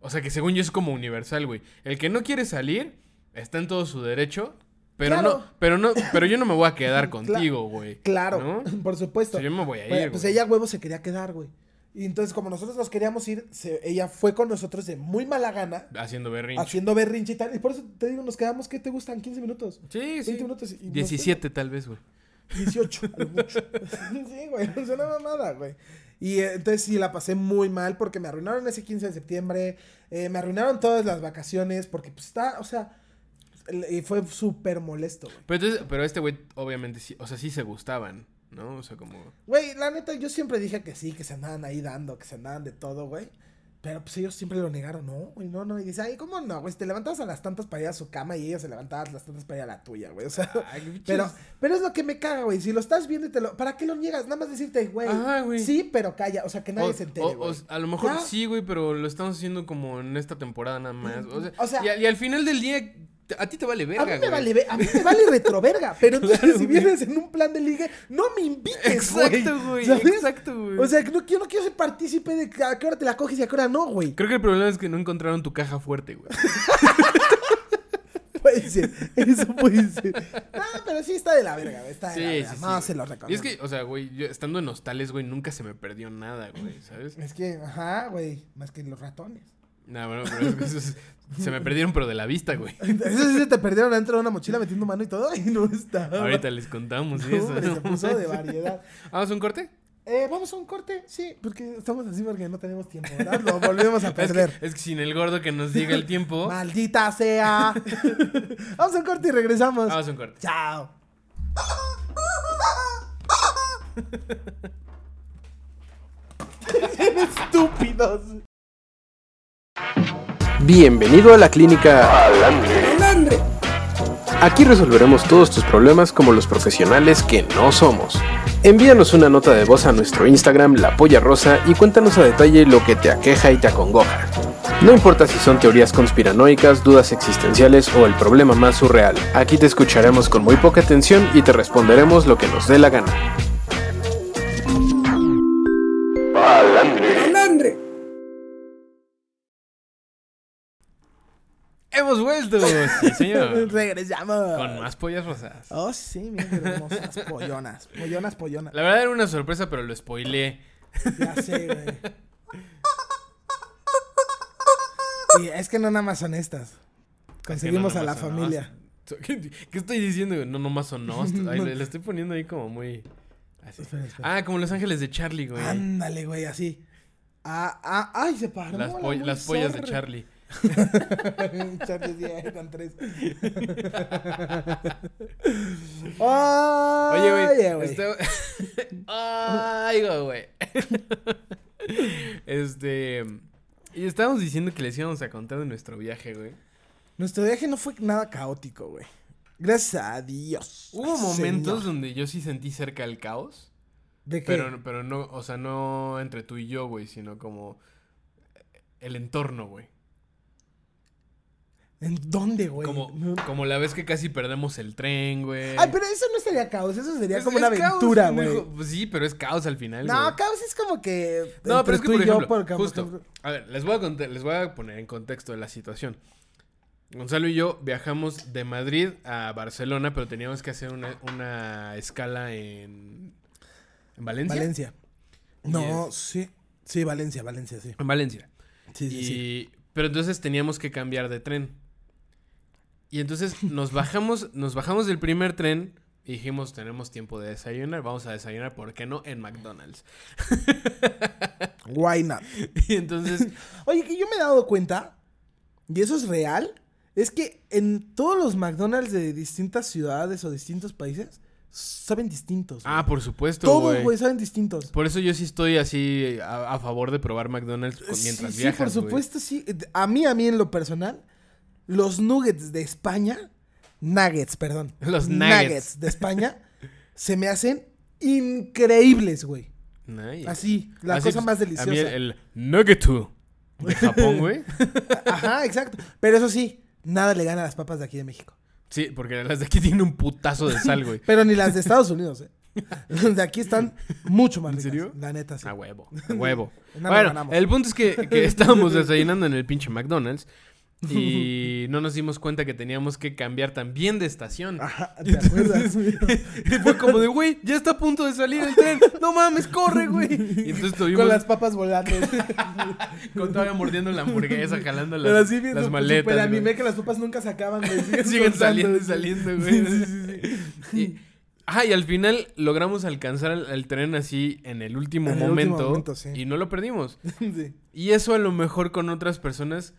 Speaker 1: O sea, que según yo es como universal, güey. El que no quiere salir está en todo su derecho. Pero
Speaker 2: Claro.
Speaker 1: no, pero no, pero yo no me voy a quedar contigo, güey.
Speaker 2: Claro,
Speaker 1: ¿no?
Speaker 2: por supuesto.
Speaker 1: O sea, yo me voy a
Speaker 2: Bueno,
Speaker 1: ir,
Speaker 2: pues
Speaker 1: güey.
Speaker 2: ella a huevo se quería quedar, güey. Y entonces, como nosotros nos queríamos ir, se- ella fue con nosotros de muy mala gana,
Speaker 1: Haciendo berrinche.
Speaker 2: haciendo berrinche y tal. Y por eso te digo, nos quedamos, ¿qué te gustan? 15 minutos.
Speaker 1: Sí,
Speaker 2: 20
Speaker 1: sí.
Speaker 2: minutos y nos
Speaker 1: 17 tal vez, güey.
Speaker 2: 18, a lo mucho. sí, güey, es una mamada, güey. Y eh, entonces sí la pasé muy mal porque me arruinaron ese 15 de septiembre, eh, me arruinaron todas las vacaciones porque pues está, o sea, el- y fue súper molesto, güey.
Speaker 1: Pero entonces, pero este güey, obviamente, sí, o sea, sí se gustaban, ¿no? O sea, como.
Speaker 2: Güey, la neta, yo siempre dije que sí, que se andaban ahí dando, que se andaban de todo, güey. Pero pues ellos siempre lo negaron, ¿no? Güey, no, no. Y dice, ay, ¿cómo no, güey? Si Te levantabas a las tantas para ir a su cama y ella se levantaba a las tantas para ir a la tuya, güey. O sea, pero, pero es lo que me caga, güey. Si lo estás viendo, y te lo, ¿para qué lo niegas? Nada más decirte, güey.
Speaker 1: Ajá, güey.
Speaker 2: Sí, pero calla. O sea, que nadie
Speaker 1: O-
Speaker 2: se entere,
Speaker 1: o- o
Speaker 2: güey.
Speaker 1: s- a lo mejor
Speaker 2: Ya.
Speaker 1: sí, güey, pero lo estamos haciendo como en esta temporada nada más. O sea,
Speaker 2: O sea-
Speaker 1: y, a- y al final del día, te- a ti te vale verga,
Speaker 2: A mí, me
Speaker 1: güey.
Speaker 2: vale, ve- a mí me vale retroverga, pero entonces si vienes en un plan de ligue, no me invites, güey.
Speaker 1: Exacto, güey,
Speaker 2: ¿sabes?
Speaker 1: exacto, güey.
Speaker 2: O sea, no, yo no quiero ser partícipe de a qué hora te la coges y a qué hora no, güey.
Speaker 1: Creo que el problema es que no encontraron tu caja fuerte, güey.
Speaker 2: Puede ser, eso puede ser. Ah, pero sí está de la verga, güey, está de la
Speaker 1: Sí,
Speaker 2: verga.
Speaker 1: sí, sí.
Speaker 2: no,
Speaker 1: güey.
Speaker 2: se lo
Speaker 1: Y es
Speaker 2: recomiendo.
Speaker 1: que, o sea, güey, yo estando en hostales, güey, nunca se me perdió nada, güey, ¿sabes?
Speaker 2: Es que, ajá, güey, más que los ratones.
Speaker 1: No, bueno, pero es que eso es- se me perdieron, pero de la vista, güey.
Speaker 2: Eso sí se te perdieron dentro de una mochila metiendo mano y todo, y no está.
Speaker 1: Ahorita les contamos
Speaker 2: No,
Speaker 1: eso.
Speaker 2: hombre,
Speaker 1: ¿no?
Speaker 2: se puso de variedad.
Speaker 1: ¿Vamos a un corte?
Speaker 2: Eh, vamos a un corte, sí, porque estamos así porque no tenemos tiempo, ¿verdad? Lo volvemos a
Speaker 1: Es
Speaker 2: perder.
Speaker 1: que, es que sin el gordo que nos diga el tiempo,
Speaker 2: Maldita sea. vamos a un corte y regresamos.
Speaker 1: vamos a un corte.
Speaker 2: Chao. Estúpidos.
Speaker 7: Bienvenido a la clínica Alambre. Aquí resolveremos todos tus problemas como los profesionales que no somos. Envíanos una nota de voz a nuestro Instagram La Polla Rosa y cuéntanos a detalle lo que te aqueja y te acongoja. No importa si son teorías conspiranoicas, dudas existenciales o el problema más surreal, aquí te escucharemos con muy poca atención y te responderemos lo que nos dé la gana.
Speaker 1: Hemos vuelto. Sí, señor.
Speaker 2: Regresamos.
Speaker 1: Con más pollas rosadas.
Speaker 2: Oh, sí, mira qué hermosas pollonas. Pollonas, pollonas.
Speaker 1: La verdad era una sorpresa, pero lo spoileé.
Speaker 2: Ya sé, güey. Y es que no nada más son estas. Conseguimos
Speaker 1: Que no
Speaker 2: a la
Speaker 1: nomás sonó.
Speaker 2: familia.
Speaker 1: ¿Qué, qué estoy diciendo? güey? No, nomás sonó. Ahí le, le estoy poniendo ahí como muy. así.
Speaker 2: Espera, espera. Ah,
Speaker 1: Ah, como Los Ángeles de Charlie, güey.
Speaker 2: Ándale, güey, así. Ah, ah, ay, se paró.
Speaker 1: Las,
Speaker 2: la
Speaker 1: poll-
Speaker 2: muy
Speaker 1: las pollas de
Speaker 2: zorra.
Speaker 1: Charlie.
Speaker 2: Charlie sí, ahí con tres. Oye,
Speaker 1: Oye, güey. este- está- Ay, güey. este. Y estábamos diciendo que les íbamos a contar de nuestro viaje, güey.
Speaker 2: Nuestro viaje no fue nada caótico, güey. Gracias a Dios.
Speaker 1: Hubo momentos
Speaker 2: Ah, Señor.
Speaker 1: donde yo sí sentí cerca el caos.
Speaker 2: de que
Speaker 1: Pero, pero no, o sea, no entre tú y yo, güey, sino como el entorno, güey.
Speaker 2: ¿En dónde, güey?
Speaker 1: Como,
Speaker 2: No-
Speaker 1: como la vez que casi perdemos el tren, güey.
Speaker 2: Ay, pero eso no sería caos, eso sería
Speaker 1: Es-
Speaker 2: como
Speaker 1: es
Speaker 2: una
Speaker 1: caos,
Speaker 2: aventura,
Speaker 1: pendejo.
Speaker 2: güey.
Speaker 1: Pues sí, pero es caos al final.
Speaker 2: No,
Speaker 1: güey.
Speaker 2: caos es como que.
Speaker 1: No,
Speaker 2: entre
Speaker 1: pero es que,
Speaker 2: tú
Speaker 1: por
Speaker 2: y yo,
Speaker 1: ejemplo,
Speaker 2: porque, por
Speaker 1: justo.
Speaker 2: ejemplo,
Speaker 1: A ver, les voy a, contar- les voy a poner en contexto de la situación. Gonzalo y yo viajamos de Madrid a Barcelona, pero teníamos que hacer una, una escala en, en Valencia.
Speaker 2: Valencia. No, sí. Sí, Valencia, Valencia, sí.
Speaker 1: En Valencia.
Speaker 2: Sí, sí, sí.
Speaker 1: Y- Pero entonces teníamos que cambiar de tren. Y entonces nos bajamos, nos bajamos del primer tren y dijimos, tenemos tiempo de desayunar, vamos a desayunar, ¿por qué no? En McDonald's.
Speaker 2: Why not?
Speaker 1: Y entonces,
Speaker 2: Oye, que yo me he dado cuenta, y eso es real, es que en todos los McDonald's de distintas ciudades o distintos países, saben distintos. güey.
Speaker 1: ah, por supuesto,
Speaker 2: Todos,
Speaker 1: güey.
Speaker 2: güey, saben distintos.
Speaker 1: Por eso yo sí estoy así a, a favor de probar McDonald's con- mientras
Speaker 2: sí,
Speaker 1: viajas,
Speaker 2: sí, por
Speaker 1: güey.
Speaker 2: supuesto, sí. Eh, A mí, a mí en lo personal, los nuggets de España, nuggets, perdón.
Speaker 1: Los nuggets.
Speaker 2: de España se me hacen increíbles, güey.
Speaker 1: Nice.
Speaker 2: Así, la
Speaker 1: Así,
Speaker 2: cosa más
Speaker 1: pues,
Speaker 2: deliciosa.
Speaker 1: A mí el, el nuggetu de Japón, güey.
Speaker 2: Ajá, exacto. Pero eso sí, nada le gana a las papas de aquí de México.
Speaker 1: Sí, porque las de aquí tienen un putazo de sal, güey.
Speaker 2: Pero ni las de Estados Unidos, ¿eh? Las de aquí están mucho más
Speaker 1: ¿En
Speaker 2: ricas.
Speaker 1: serio? Ah,
Speaker 2: La neta, sí.
Speaker 1: A huevo, a huevo.
Speaker 2: Nada
Speaker 1: bueno,
Speaker 2: ganamos.
Speaker 1: el punto es que, que estábamos desayunando en el pinche McDonald's y no nos dimos cuenta que teníamos que cambiar también de estación.
Speaker 2: Ajá, ¿te acuerdas?
Speaker 1: Y fue como de, güey, ya está a punto de salir el tren. No mames, corre, güey. Y entonces estuvimos
Speaker 2: Con
Speaker 1: con,
Speaker 2: las papas volando.
Speaker 1: todavía mordiendo la hamburguesa, jalando las,
Speaker 2: Pero así bien
Speaker 1: las
Speaker 2: super
Speaker 1: maletas. güey.
Speaker 2: anime que las papas nunca se acaban, güey.
Speaker 1: Siguen
Speaker 2: cortando,
Speaker 1: saliendo y
Speaker 2: sí.
Speaker 1: saliendo,
Speaker 2: Sí,
Speaker 1: güey.
Speaker 2: sí, sí, sí.
Speaker 1: Y- ah, y al final logramos alcanzar al, al tren así en el último
Speaker 2: En el último
Speaker 1: momento.
Speaker 2: momento, sí.
Speaker 1: Y no lo perdimos.
Speaker 2: Sí.
Speaker 1: Y eso a lo mejor con otras personas.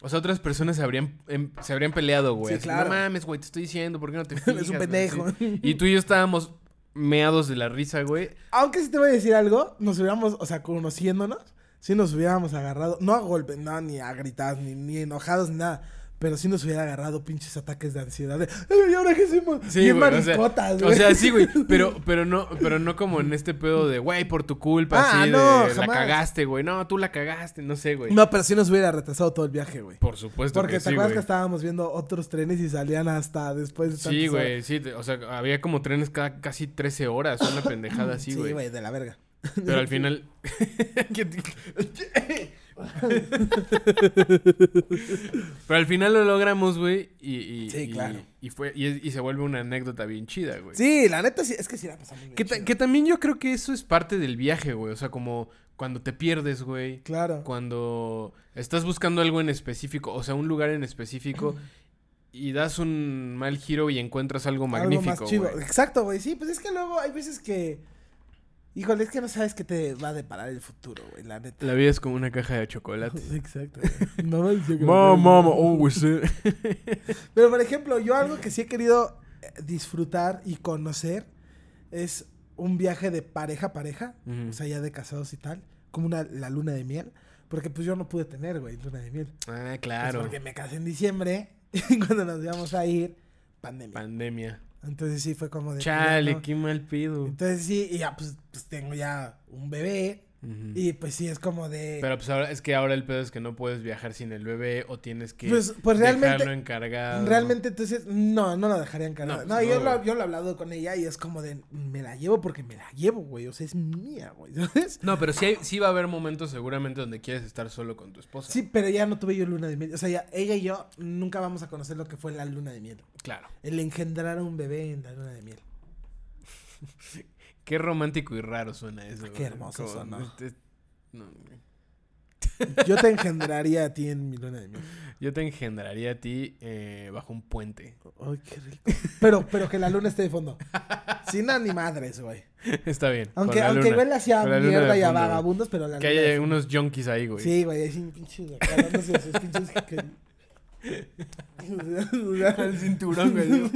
Speaker 1: O sea, otras personas se habrían, em- se habrían peleado, güey.
Speaker 2: Sí,
Speaker 1: Así,
Speaker 2: claro.
Speaker 1: No mames, güey, te estoy diciendo, ¿por qué no te fijas?
Speaker 2: Eres un
Speaker 1: no?
Speaker 2: pendejo.
Speaker 1: Sí. Y tú y yo estábamos meados de la risa, güey.
Speaker 2: Aunque si te voy a decir algo, nos hubiéramos, o sea, conociéndonos, si nos hubiéramos agarrado, no a golpe, no, ni a gritar, ni, ni enojados, ni nada. Pero si nos hubiera agarrado pinches ataques de ansiedad. De, "Ay, ¿y ahora qué hacemos? Bien
Speaker 1: o sea,
Speaker 2: maricotas,
Speaker 1: o sea, sí, güey, pero, pero no, pero no como en este pedo de, güey, por tu culpa,
Speaker 2: Ah,
Speaker 1: así,
Speaker 2: no,
Speaker 1: de, la
Speaker 2: jamás.
Speaker 1: cagaste, güey, no, tú la cagaste, no sé, güey.
Speaker 2: No, pero si nos hubiera retrasado todo el viaje, güey.
Speaker 1: Por supuesto
Speaker 2: Porque
Speaker 1: que
Speaker 2: te
Speaker 1: sí,
Speaker 2: acuerdas
Speaker 1: güey.
Speaker 2: que estábamos viendo otros trenes y salían hasta después de
Speaker 1: Sí,
Speaker 2: tantas
Speaker 1: güey,
Speaker 2: horas.
Speaker 1: sí, te- o sea, había como trenes cada casi 13 horas, una pendejada así,
Speaker 2: Sí,
Speaker 1: güey.
Speaker 2: güey, de la verga.
Speaker 1: Pero al final. Pero al final lo logramos, güey. Y, y-
Speaker 2: Sí,
Speaker 1: y-
Speaker 2: claro.
Speaker 1: Y, fue, y, es- y se vuelve una anécdota bien chida, güey.
Speaker 2: Sí, la neta sí, es que sí la pasamos bien.
Speaker 1: Que, ta-
Speaker 2: chido.
Speaker 1: que también yo creo que eso es parte del viaje, güey. O sea, como cuando te pierdes, güey.
Speaker 2: Claro.
Speaker 1: Cuando estás buscando algo en específico, o sea, un lugar en específico. Y das un mal giro y encuentras algo magnífico.
Speaker 2: Algo más chido.
Speaker 1: güey.
Speaker 2: Exacto, güey. Sí, pues es que luego hay veces que. Híjole, es que no sabes qué te va a deparar el futuro, güey, la neta.
Speaker 1: La vida es como una caja de chocolate.
Speaker 2: Exacto. güey. No, no, yo creo
Speaker 1: Mamá,
Speaker 2: que-
Speaker 1: mamá, oh, güey, sí.
Speaker 2: Pero por ejemplo, yo algo que sí he querido eh, disfrutar y conocer es un viaje de pareja a pareja,
Speaker 1: Ujú.
Speaker 2: o sea, ya de casados y tal, como una, la luna de miel. Porque pues yo no pude tener, güey, luna de miel.
Speaker 1: Ah,
Speaker 2: Pues,
Speaker 1: claro.
Speaker 2: porque me casé en diciembre y cuando nos íbamos a ir, pandemia.
Speaker 1: Pandemia.
Speaker 2: Entonces sí fue como de...
Speaker 1: Chale,
Speaker 2: "No".
Speaker 1: qué mal pido.
Speaker 2: Entonces sí, y ya pues, pues tengo ya un bebé. Y pues sí, es como de...
Speaker 1: Pero pues ahora es que ahora el pedo es que no puedes viajar sin el bebé o tienes que
Speaker 2: Pues- pues realmente-
Speaker 1: dejarlo encargado.
Speaker 2: Realmente, entonces, no, no la dejarían
Speaker 1: ah, No,
Speaker 2: cargar.
Speaker 1: pues
Speaker 2: No,
Speaker 1: no,
Speaker 2: yo, lo,
Speaker 1: güey.
Speaker 2: yo lo he hablado con ella y es como de, me la llevo porque me la llevo, güey. O sea, es mía, güey. ¿Sabes?
Speaker 1: No, pero sí, hay- sí va a haber momentos seguramente donde quieres estar solo con tu esposa.
Speaker 2: Sí, pero ya no tuve yo luna de miel. O sea, ya, ella y yo nunca vamos a conocer lo que fue la luna de miel.
Speaker 1: Claro.
Speaker 2: El engendrar a un bebé en la luna de miel.
Speaker 1: Qué romántico y raro suena eso. güey.
Speaker 2: hermoso
Speaker 1: Como-
Speaker 2: sonó.
Speaker 1: este- no, güey.
Speaker 2: Yo te engendraría a ti en mi luna de miel.
Speaker 1: yo te engendraría a ti eh, bajo un puente.
Speaker 2: Ay, qué rico. Pero, pero que la luna esté de fondo. Sin ni madres, güey.
Speaker 1: Está bien. con
Speaker 2: Aunque,
Speaker 1: la
Speaker 2: aunque
Speaker 1: luna,
Speaker 2: huele hacia
Speaker 1: con la luna de
Speaker 2: mierda y a
Speaker 1: fondo, güey.
Speaker 2: vagabundos, pero la
Speaker 1: Que
Speaker 2: luna de
Speaker 1: haya
Speaker 2: fondo.
Speaker 1: unos junkies ahí, güey.
Speaker 2: Sí, güey, es un pinche agarrándose de sus pinches que...
Speaker 1: El cinturón, güey. digo.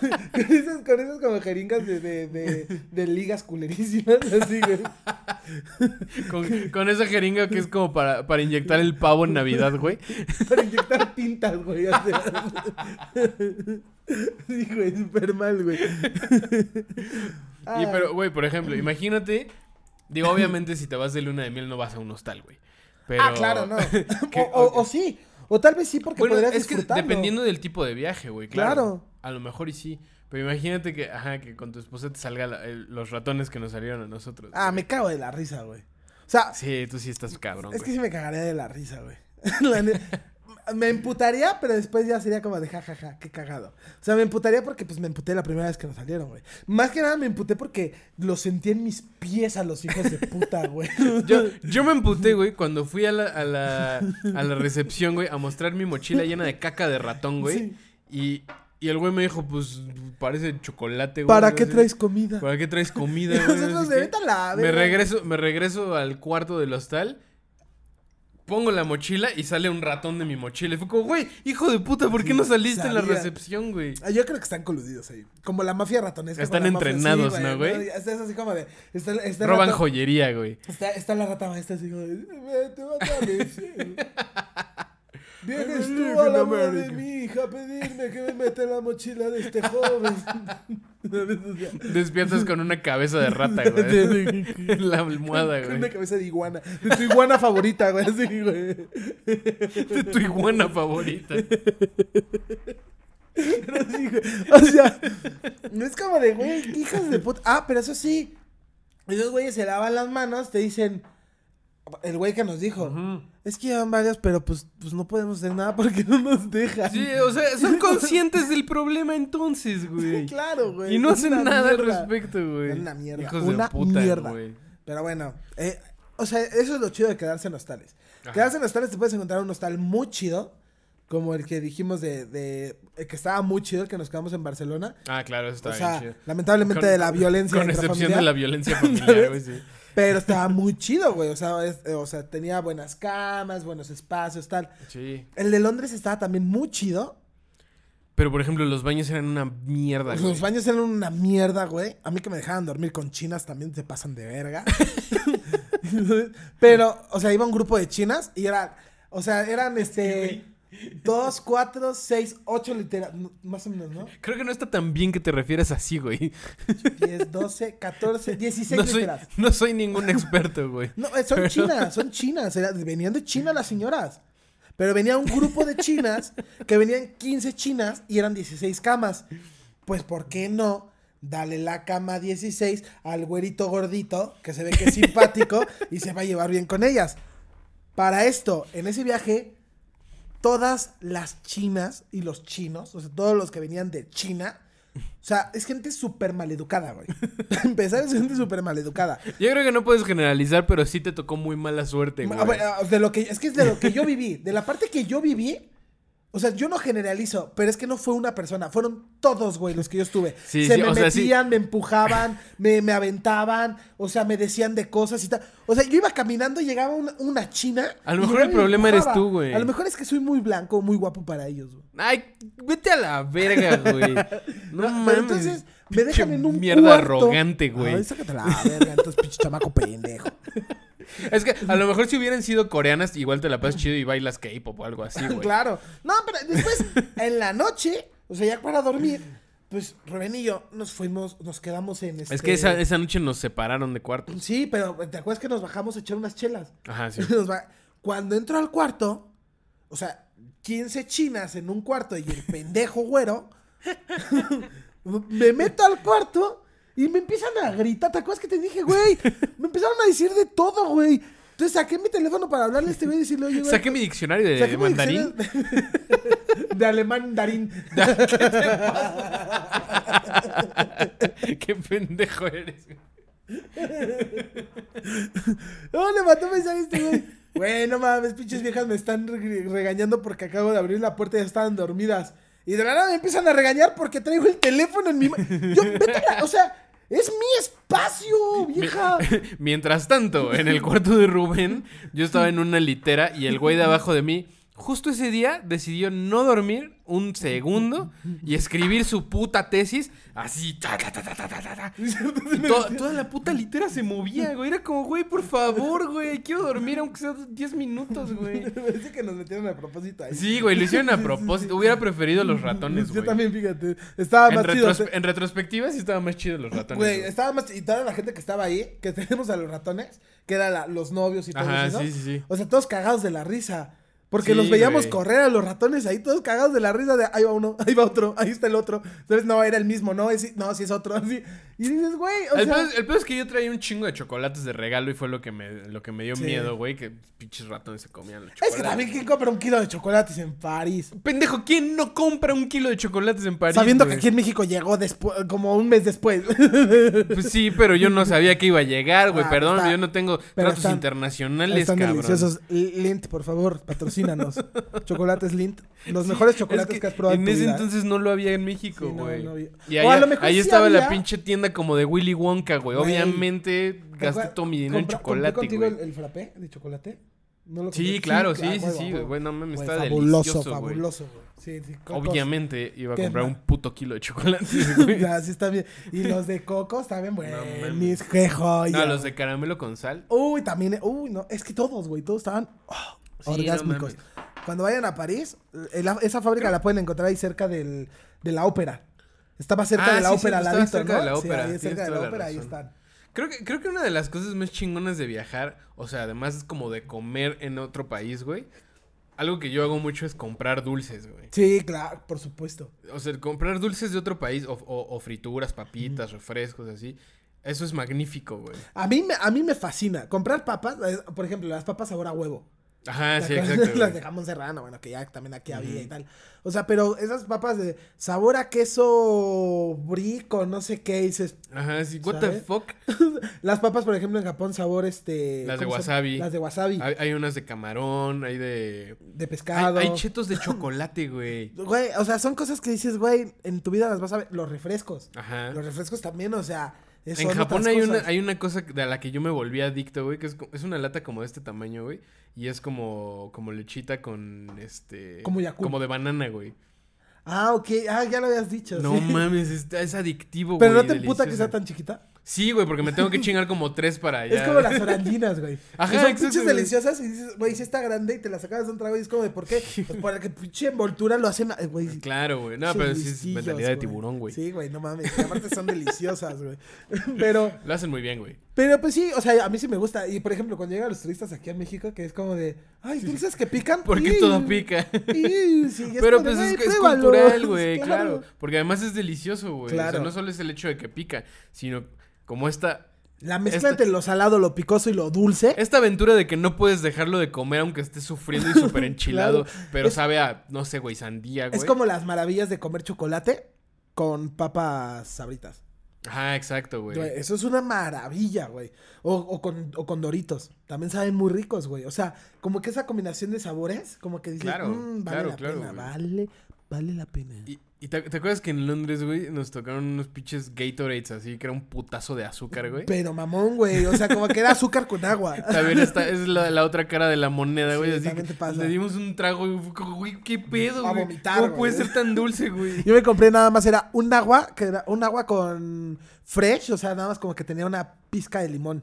Speaker 2: con, esas, con esas como jeringas de, de, de, de ligas culerísimas, así, güey.
Speaker 1: Con, con esa jeringa que es como para, para inyectar el pavo en Navidad, güey.
Speaker 2: Para inyectar tintas, güey. así. Sí, güey, súper mal, güey.
Speaker 1: Y pero, güey, por ejemplo, imagínate. Digo, obviamente, si te vas de luna de miel, no vas a un hostal, güey. Pero...
Speaker 2: Ah, claro, no.
Speaker 1: Que-
Speaker 2: O, o- o sí. O tal vez sí, porque
Speaker 1: Bueno,
Speaker 2: podrías
Speaker 1: es que
Speaker 2: disfrutarlo.
Speaker 1: dependiendo del tipo de viaje, güey, claro.
Speaker 2: Claro.
Speaker 1: A lo mejor y sí. Pero imagínate que, ajá, que con tu esposa te salga la- el- los ratones que nos salieron a nosotros.
Speaker 2: Ah,
Speaker 1: güey.
Speaker 2: me cago de la risa, güey. O sea,
Speaker 1: Sí, tú sí estás cabrón,
Speaker 2: es que
Speaker 1: güey.
Speaker 2: sí me cagaría de la risa, güey. La ne- me emputaría, pero después ya sería como de jajaja, qué cagado. O sea, me emputaría porque pues me emputé la primera vez que nos salieron, güey. Más que nada me emputé porque lo sentí en mis pies a los hijos de puta, güey.
Speaker 1: Yo, yo me emputé, güey, cuando fui a la, a la, a la recepción, güey, a mostrar mi mochila llena de caca de ratón, güey.
Speaker 2: Sí.
Speaker 1: Y, y el güey me dijo, pues, parece chocolate, güey.
Speaker 2: ¿Para
Speaker 1: algo
Speaker 2: qué
Speaker 1: así.
Speaker 2: traes comida?
Speaker 1: ¿Para qué traes comida,
Speaker 2: Y
Speaker 1: güey?
Speaker 2: nosotros,
Speaker 1: No sé
Speaker 2: de
Speaker 1: qué.
Speaker 2: vete a la
Speaker 1: me
Speaker 2: verga.
Speaker 1: regreso, me regreso al cuarto del hostal. Pongo la mochila y sale un ratón de mi mochila. Y fue como, güey, hijo de puta, ¿por qué no saliste en la
Speaker 2: sabía.
Speaker 1: recepción, güey?
Speaker 2: Ah, Yo creo que están coludidos ahí. Como la mafia ratonesca.
Speaker 1: Están
Speaker 2: con la mafia-
Speaker 1: entrenados,
Speaker 2: sí,
Speaker 1: ¿no, güey?
Speaker 2: Es es así como de. Está, está el
Speaker 1: Roban
Speaker 2: rato-
Speaker 1: joyería, güey.
Speaker 2: Está, está la rata maestra así como de, "Me- te va a dar el- Vienes tú a la boda de mi hija a pedirme que me meta en la mochila de este joven.
Speaker 1: Despiertas con una cabeza de rata, güey.
Speaker 2: Con
Speaker 1: en la almohada,
Speaker 2: una
Speaker 1: güey.
Speaker 2: cabeza de iguana. De tu iguana favorita, güey. Así, güey.
Speaker 1: De tu iguana favorita.
Speaker 2: Pero sí, güey. O sea, no es como de, güey, qué hijas de puta. Ah, pero eso sí. Esos güeyes se lavan las manos, te dicen. El güey que nos dijo. Es que llevan varios, pero pues, pues no podemos hacer nada porque no nos dejan.
Speaker 1: Sí, o sea, son conscientes del problema entonces, güey.
Speaker 2: claro, güey.
Speaker 1: Y no
Speaker 2: Es
Speaker 1: hacen
Speaker 2: una
Speaker 1: nada al
Speaker 2: mierda.
Speaker 1: respecto, güey.
Speaker 2: Es Una mierda.
Speaker 1: Hijos
Speaker 2: una
Speaker 1: de puta,
Speaker 2: mierda.
Speaker 1: güey.
Speaker 2: Pero bueno, eh, o sea, eso es lo chido de quedarse en hostales.
Speaker 1: Ajá.
Speaker 2: Quedarse en hostales te puedes encontrar un hostal muy chido, como el que dijimos de, de- el que estaba muy chido, el que nos quedamos en Barcelona.
Speaker 1: Ah, claro, eso está
Speaker 2: o
Speaker 1: bien
Speaker 2: sea,
Speaker 1: chido.
Speaker 2: lamentablemente de la violencia
Speaker 1: Con excepción de
Speaker 2: intrafamiliar.
Speaker 1: la violencia familiar, güey, sí.
Speaker 2: Pero estaba muy chido, güey. O sea, es- eh, o sea, tenía buenas camas, buenos espacios, tal.
Speaker 1: Sí.
Speaker 2: El de Londres estaba también muy chido.
Speaker 1: Pero, por ejemplo, los baños eran una mierda, güey.
Speaker 2: Los baños eran una mierda, güey. A mí que me dejaban dormir con chinas también se pasan de verga. Pero, o sea, iba un grupo de chinas y eran, o sea, eran este. Dos, cuatro, seis, ocho literas. Más o menos, ¿no?
Speaker 1: Creo que no está tan bien que te refieras así, güey.
Speaker 2: Diez, doce, catorce, dieciséis
Speaker 1: No soy,
Speaker 2: literas.
Speaker 1: no soy ningún experto, güey.
Speaker 2: No, eh, son chinas, son chinas. era- venían de China las señoras. Pero venía un grupo de chinas que venían 15 chinas y eran 16 camas. Pues, ¿por qué no? Dale la cama 16 al güerito gordito, que se ve que es simpático y se va a llevar bien con ellas. Para esto, en ese viaje, todas las chinas y los chinos, o sea, todos los que venían de China, o sea, es gente súper maleducada, güey. Empezar es gente súper maleducada.
Speaker 1: Yo creo que no puedes generalizar, pero sí te tocó muy mala suerte, güey.
Speaker 2: Ma- ah, De lo que, es que es de lo que yo viví. De la parte que yo viví. O sea, yo no generalizo, pero es que no fue una persona, fueron todos, güey, los que yo estuve.
Speaker 1: Sí,
Speaker 2: Se
Speaker 1: sí,
Speaker 2: me
Speaker 1: o sea,
Speaker 2: metían,
Speaker 1: sí.
Speaker 2: me empujaban, me, me aventaban, o sea, me decían de cosas y tal. O sea, yo iba caminando y llegaba una, una china.
Speaker 1: A lo
Speaker 2: y llegaba
Speaker 1: mejor el
Speaker 2: y me
Speaker 1: problema eres
Speaker 2: empujaba.
Speaker 1: tú, güey.
Speaker 2: A lo mejor es que soy muy blanco, muy guapo para ellos, güey.
Speaker 1: Ay, vete a la verga, güey. No,
Speaker 2: Pero
Speaker 1: mames.
Speaker 2: entonces me dejan
Speaker 1: Pinche
Speaker 2: en un
Speaker 1: mierda
Speaker 2: cuarto.
Speaker 1: arrogante, güey.
Speaker 2: Ay, sácate la verga, entonces pinche chamaco pendejo.
Speaker 1: Es que a lo mejor si hubieran sido coreanas, igual te la pasas chido y bailas K-pop o algo así, güey.
Speaker 2: Claro. No, pero después, en la noche, o sea, ya para dormir, Pues Rubén y yo nos fuimos, nos quedamos en este...
Speaker 1: Es que esa, esa noche nos separaron de cuarto.
Speaker 2: Sí, pero ¿te acuerdas que nos bajamos a echar unas chelas?
Speaker 1: Ajá, Ah, sí.
Speaker 2: Nos va- Cuando entro al cuarto, o sea, 15 chinas en un cuarto y el pendejo güero, me meto al cuarto y me empiezan a gritar. ¿Te acuerdas que te dije, güey? Me empezaron a decir de todo, güey. Entonces saqué mi teléfono para hablarle a este güey y decirle, oye, güey.
Speaker 1: Saqué mi diccionario de
Speaker 2: saqué mi
Speaker 1: mandarín.
Speaker 2: diccionario De, de alemán mandarín.
Speaker 1: Qué pendejo eres.
Speaker 2: No, le mandó mensaje a este güey. Güey, no mames, pinches viejas me están re- regañando porque acabo de abrir la puerta y ya estaban dormidas. Y de la nada me empiezan a regañar porque traigo el teléfono en mi mano. Yo, vete a la- o sea, es mi espacio, vieja.
Speaker 1: Mientras tanto, en el cuarto de Rubén, yo estaba en una litera y el güey de abajo de mí, justo ese día, decidió no dormir un segundo y escribir su puta tesis así. ta, ta, ta, ta, ta, ta, ta, ta. Y to- toda la puta litera se movía, güey. Era como, güey, por favor, güey, quiero dormir aunque sea 10 minutos, güey.
Speaker 2: Me parece que nos metieron a propósito ahí.
Speaker 1: Sí, güey, lo hicieron a propósito. Hubiera preferido los ratones,
Speaker 2: Yo
Speaker 1: güey.
Speaker 2: también, fíjate. Estaba
Speaker 1: En,
Speaker 2: más chido.
Speaker 1: retros- en retrospectiva sí estaba más chido los ratones.
Speaker 2: Güey,
Speaker 1: güey.
Speaker 2: estaba más. Y toda la gente que estaba ahí, que tenemos a los ratones, que eran los novios y todo
Speaker 1: Ajá,
Speaker 2: eso.
Speaker 1: sí, sí, sí.
Speaker 2: O sea, todos cagados de la risa. Porque
Speaker 1: Sí,
Speaker 2: los veíamos
Speaker 1: güey.
Speaker 2: correr a los ratones ahí, todos cagados de la risa de ahí va uno, ahí va otro, ahí está el otro. Entonces, no, era el mismo, no, es, no, sí es otro, así. Y dices, güey, o
Speaker 1: el,
Speaker 2: sea.
Speaker 1: peor, el peor es que yo traía un chingo de chocolates de regalo y fue lo que me, lo que me dio
Speaker 2: Sí.
Speaker 1: miedo, güey, que pinches ratones se comían los
Speaker 2: Es
Speaker 1: chocolates.
Speaker 2: que también, ¿quién compra un kilo de chocolates en París?
Speaker 1: Pendejo, ¿quién no compra un kilo de chocolates en París?
Speaker 2: Sabiendo que
Speaker 1: güey?
Speaker 2: aquí en México llegó después, como un mes después.
Speaker 1: Pues sí, pero yo no sabía que iba a llegar, güey.
Speaker 2: Ah,
Speaker 1: Perdón,
Speaker 2: está-
Speaker 1: yo no tengo
Speaker 2: pero
Speaker 1: tratos
Speaker 2: están-
Speaker 1: internacionales,
Speaker 2: Están
Speaker 1: cabrón.
Speaker 2: deliciosos. L- Lint, por favor, patrocínanos. chocolates Lint. Los mejores
Speaker 1: Es
Speaker 2: chocolates que,
Speaker 1: que
Speaker 2: has probado en,
Speaker 1: En
Speaker 2: tu
Speaker 1: ese
Speaker 2: vida.
Speaker 1: entonces no lo había en México,
Speaker 2: Sí, no,
Speaker 1: güey.
Speaker 2: no había.
Speaker 1: y
Speaker 2: O
Speaker 1: ahí,
Speaker 2: a lo mejor
Speaker 1: ahí
Speaker 2: sí
Speaker 1: estaba la
Speaker 2: había.
Speaker 1: pinche tienda como de Willy Wonka, güey.
Speaker 2: Güey.
Speaker 1: Obviamente
Speaker 2: ¿Te
Speaker 1: gasté
Speaker 2: acuerdas-
Speaker 1: todo mi dinero en
Speaker 2: compra-
Speaker 1: chocolate,
Speaker 2: ¿compré
Speaker 1: güey.
Speaker 2: contigo el, el frappé de chocolate? ¿No lo
Speaker 1: Sí,
Speaker 2: compré?
Speaker 1: claro, sí,
Speaker 2: ah,
Speaker 1: sí,
Speaker 2: huevo,
Speaker 1: sí,
Speaker 2: huevo.
Speaker 1: güey, no mames, está
Speaker 2: fabuloso,
Speaker 1: delicioso, güey.
Speaker 2: fabuloso, güey. Sí, sí, cocos.
Speaker 1: Obviamente iba a
Speaker 2: ¿Qué
Speaker 1: comprar
Speaker 2: más?
Speaker 1: un puto kilo de chocolates, güey.
Speaker 2: Ya, Ah, sí está bien. Y los de coco están bien
Speaker 1: mames.
Speaker 2: buenos. Mis qué joya,
Speaker 1: No, los
Speaker 2: güey.
Speaker 1: de caramelo con sal.
Speaker 2: Uy, también, uy, no, es que todos, güey, todos estaban oh,
Speaker 1: Sí,
Speaker 2: orgásmicos.
Speaker 1: no
Speaker 2: Cuando vayan a París, el- esa fábrica la pueden encontrar ahí cerca del, de la ópera. Estaba cerca
Speaker 1: Ah,
Speaker 2: de la
Speaker 1: sí,
Speaker 2: ópera,
Speaker 1: cierto,
Speaker 2: la
Speaker 1: estaba cerca de la ópera,
Speaker 2: Sí, ahí
Speaker 1: tienes
Speaker 2: cerca de
Speaker 1: toda
Speaker 2: la
Speaker 1: la
Speaker 2: ópera, ahí
Speaker 1: razón.
Speaker 2: están.
Speaker 1: Creo que, creo que una de las cosas más chingonas de viajar, o sea, además es como de comer en otro país, güey. Algo que yo hago mucho es comprar dulces, güey.
Speaker 2: Sí, claro, por supuesto.
Speaker 1: O sea, comprar dulces de otro país, o, o- o frituras, papitas, refrescos, así. Eso es magnífico, güey.
Speaker 2: A mí, me, a mí me fascina. Comprar papas, eh, por ejemplo, las papas ahora huevo.
Speaker 1: Ajá, Ah, sí,
Speaker 2: ¿Te acuerdas?
Speaker 1: exacto.
Speaker 2: las
Speaker 1: güey.
Speaker 2: de jamón serrano, bueno, que ya también aquí había y tal. O sea, pero esas papas de sabor a queso brico, no sé qué, dices.
Speaker 1: Ajá, sí. What the
Speaker 2: ¿Sabes?
Speaker 1: fuck?
Speaker 2: las papas, por ejemplo, en Japón, sabor este.
Speaker 1: Las de
Speaker 2: ¿cómo se llama?
Speaker 1: wasabi.
Speaker 2: Las de wasabi.
Speaker 1: Hay, hay unas de camarón, hay de...
Speaker 2: De pescado.
Speaker 1: Hay, hay chetos de chocolate, güey.
Speaker 2: Güey, o sea, son cosas que dices, güey, en tu vida las vas a ver. Los refrescos.
Speaker 1: Ajá.
Speaker 2: Los refrescos también, o sea. es-
Speaker 1: En
Speaker 2: son
Speaker 1: Japón
Speaker 2: otras
Speaker 1: hay
Speaker 2: cosas.
Speaker 1: una, hay una cosa de la que yo me volví adicto, güey, que es, co- es una lata como de este tamaño, güey. Y es como, como lechita con este.
Speaker 2: Como Yakult.
Speaker 1: Como de banana, güey.
Speaker 2: Ah, ok. Ah, ya lo habías dicho.
Speaker 1: No
Speaker 2: sí.
Speaker 1: mames, está- es adictivo,
Speaker 2: Pero
Speaker 1: güey.
Speaker 2: no te emputa que sea
Speaker 1: deliciosa.
Speaker 2: tan chiquita.
Speaker 1: Sí, güey, porque me tengo que chingar como tres para allá.
Speaker 2: Es como las oranginas, güey.
Speaker 1: Ajá,
Speaker 2: Que son
Speaker 1: exacto,
Speaker 2: pinches
Speaker 1: güey.
Speaker 2: deliciosas y dices, güey, si está grande y te la sacabas de un trago y es como de, ¿por qué? Pues para que pinche envoltura lo hacen, eh, güey.
Speaker 1: Claro, güey. No,
Speaker 2: pinches
Speaker 1: pero sí es
Speaker 2: listillos,
Speaker 1: mentalidad de tiburón, güey.
Speaker 2: Sí, güey, no mames. y aparte son deliciosas, güey. Pero,
Speaker 1: Lo hacen muy bien, güey.
Speaker 2: pero pues sí, o sea, a mí sí me gusta. Y por ejemplo, cuando llegan los turistas aquí a México, que es como de, ay, dulces que pican.
Speaker 1: ¿Por qué
Speaker 2: ¡Ih!
Speaker 1: todo pica?
Speaker 2: ¡Ih! Sí, y es
Speaker 1: Pero
Speaker 2: como de,
Speaker 1: pues
Speaker 2: "Güey,
Speaker 1: es, que es
Speaker 2: pruébalos".
Speaker 1: cultural, güey, claro. Porque además es delicioso, güey. O sea,
Speaker 2: Claro.
Speaker 1: no solo es el hecho de que pica, sino como esta
Speaker 2: La mezcla
Speaker 1: Esta-
Speaker 2: entre lo salado, lo picoso y lo dulce.
Speaker 1: Esta aventura de que no puedes dejarlo de comer aunque estés sufriendo y súper enchilado,
Speaker 2: Claro.
Speaker 1: pero
Speaker 2: Es-
Speaker 1: sabe a, no sé, güey, sandía, este güey.
Speaker 2: Es como las maravillas de comer chocolate con papas sabritas.
Speaker 1: Ajá, exacto, güey.
Speaker 2: Güey, Eso es una maravilla, güey. O, o con, o con doritos. También saben muy ricos, güey. O sea, como que esa combinación de sabores, como que dices,
Speaker 1: Claro,
Speaker 2: "Mm, vale
Speaker 1: claro,
Speaker 2: la
Speaker 1: claro,
Speaker 2: pena,
Speaker 1: güey.
Speaker 2: vale, vale la pena.
Speaker 1: Y, y te, te acuerdas que en Londres, güey, nos tocaron unos pinches Gatorades así, que era un putazo de azúcar, güey?
Speaker 2: Pero mamón, güey. O sea, como que era azúcar con agua.
Speaker 1: También está, es la, la otra cara de la moneda, güey.
Speaker 2: Sí,
Speaker 1: así que
Speaker 2: también te pasa.
Speaker 1: le dimos un trago y fue como, güey, qué pedo,
Speaker 2: A
Speaker 1: güey.
Speaker 2: vomitar,
Speaker 1: ¿Cómo
Speaker 2: güey.
Speaker 1: puede ser tan dulce, güey?
Speaker 2: Yo me compré nada más, era un agua, que era un agua con fresh, o sea, nada más como que tenía una pizca de limón.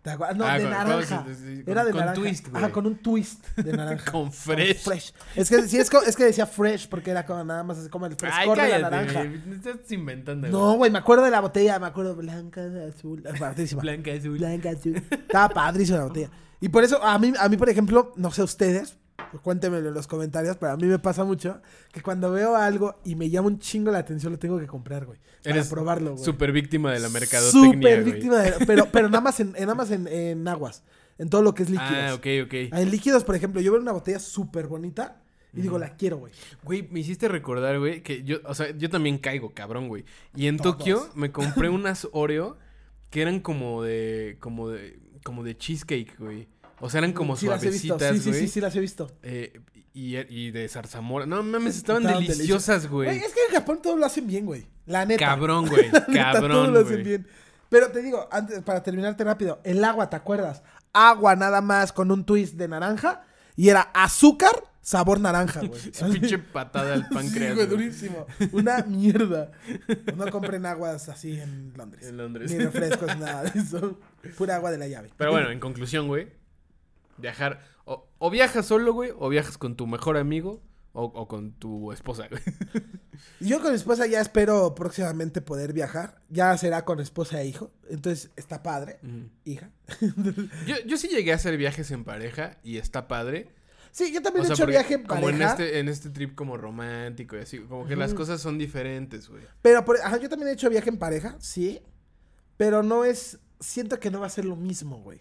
Speaker 2: ¿Te acuerdas? No,
Speaker 1: Ah,
Speaker 2: de
Speaker 1: con-
Speaker 2: naranja.
Speaker 1: ¿cómo se dice?
Speaker 2: Era de
Speaker 1: Con
Speaker 2: naranja.
Speaker 1: twist, güey.
Speaker 2: Ajá, con un twist de naranja.
Speaker 1: Con fresh.
Speaker 2: Es que, sí, es, co- es que decía fresh porque era como nada más así como el
Speaker 1: Ay,
Speaker 2: frescor de la
Speaker 1: cállate,
Speaker 2: naranja.
Speaker 1: güey, me Estás inventando.
Speaker 2: No, güey, me acuerdo de la botella, me acuerdo blanca, azul, ah, padrísima.
Speaker 1: Blanca, azul.
Speaker 2: Blanca, azul. Estaba padrísima la botella. Y por eso, a mí, a mí, por ejemplo, no sé ustedes, pues cuéntenmelo en los comentarios, pero a mí me pasa mucho que cuando veo algo y me llama un chingo la atención, lo tengo que comprar, güey. Para
Speaker 1: Eres
Speaker 2: probarlo, güey.
Speaker 1: Super víctima de la mercadotecnia,
Speaker 2: Súper
Speaker 1: güey.
Speaker 2: víctima de- Pero, pero nada más, en, en- nada más en, en aguas. En todo lo que es líquidos.
Speaker 1: Ah, ok, ok.
Speaker 2: En líquidos, por ejemplo, yo veo una botella súper bonita y digo, la quiero, güey.
Speaker 1: Güey, me hiciste recordar, güey, que yo, o sea, yo también caigo, cabrón, güey. Y en Tokio me compré unas Oreo que eran como de, como de, como de cheesecake, güey. O sea, eran como
Speaker 2: Sí, las he visto.
Speaker 1: suavecitas,
Speaker 2: Sí, sí,
Speaker 1: güey.
Speaker 2: sí, sí, las he visto.
Speaker 1: Eh, y, y de zarzamora. No mames, estaban,
Speaker 2: Estaban
Speaker 1: deliciosas, güey.
Speaker 2: Es que en Japón todo lo hacen bien, güey. La neta.
Speaker 1: Cabrón, güey.
Speaker 2: La neta,
Speaker 1: cabrón,
Speaker 2: lo hacen
Speaker 1: güey.
Speaker 2: bien. Pero te digo, antes, para terminarte rápido, el agua, ¿te acuerdas? Agua nada más con un twist de naranja y era azúcar, sabor naranja, güey.
Speaker 1: Esa pinche patada al
Speaker 2: Sí,
Speaker 1: páncreas.
Speaker 2: güey,
Speaker 1: güey.
Speaker 2: durísimo. Una mierda. No compren aguas así en Londres.
Speaker 1: En Londres.
Speaker 2: Ni refrescos, nada de eso. Pura agua de la llave.
Speaker 1: Pero bueno, en conclusión, güey. Viajar. O, o viajas solo, güey, o viajas con tu mejor amigo. O, o con tu esposa, güey.
Speaker 2: Yo con mi esposa ya espero próximamente poder viajar. Ya será con esposa e hijo. Entonces está padre.
Speaker 1: Mm.
Speaker 2: Hija.
Speaker 1: Yo, yo sí llegué a hacer viajes en pareja y está padre.
Speaker 2: Sí, yo también
Speaker 1: O
Speaker 2: he
Speaker 1: sea,
Speaker 2: hecho
Speaker 1: porque
Speaker 2: viaje en
Speaker 1: como en
Speaker 2: pareja,
Speaker 1: este, en este trip como romántico y así. Como que las cosas son diferentes, güey.
Speaker 2: Pero por- ajá, yo también he hecho viaje en pareja, sí. Pero no es. Siento que no va a ser lo mismo, güey.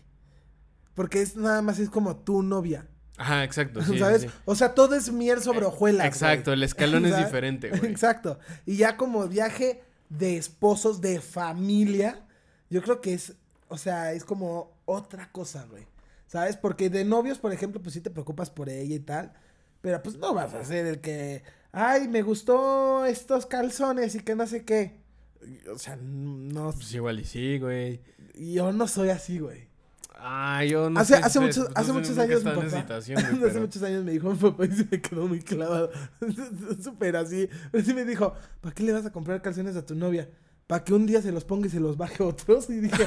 Speaker 2: Porque es nada más es como tu novia.
Speaker 1: Ajá, exacto. Pues sí, sí,
Speaker 2: ¿Sabes?
Speaker 1: sí.
Speaker 2: O sea, todo es miel sobre
Speaker 1: Eh,
Speaker 2: hojuelas. güey.
Speaker 1: exacto, el escalón es
Speaker 2: ¿Sabes?
Speaker 1: diferente, güey.
Speaker 2: Exacto. Y ya como viaje de esposos, de familia, yo creo que es, o sea, es como otra cosa, güey. ¿Sabes? Porque de novios, por ejemplo, pues sí te preocupas por ella y tal. Pero pues no vas a ser el que, ay, me gustó estos calzones y que no sé qué. O sea, no,
Speaker 1: Pues igual y sí, güey.
Speaker 2: yo no soy así, güey.
Speaker 1: Ah, yo no
Speaker 2: Hace,
Speaker 1: sé,
Speaker 2: hace,
Speaker 1: sé,
Speaker 2: muchos,
Speaker 1: no
Speaker 2: hace
Speaker 1: sé,
Speaker 2: muchos
Speaker 1: nunca he
Speaker 2: años mi
Speaker 1: estado en
Speaker 2: papá,
Speaker 1: esa situación, güey,
Speaker 2: hace
Speaker 1: pero-
Speaker 2: muchos años me dijo mi papá y se me quedó muy clavado, súper así, así me dijo, ¿para qué le vas a comprar calzones a tu novia? Para que un día se los ponga y se los baje otros, y dije,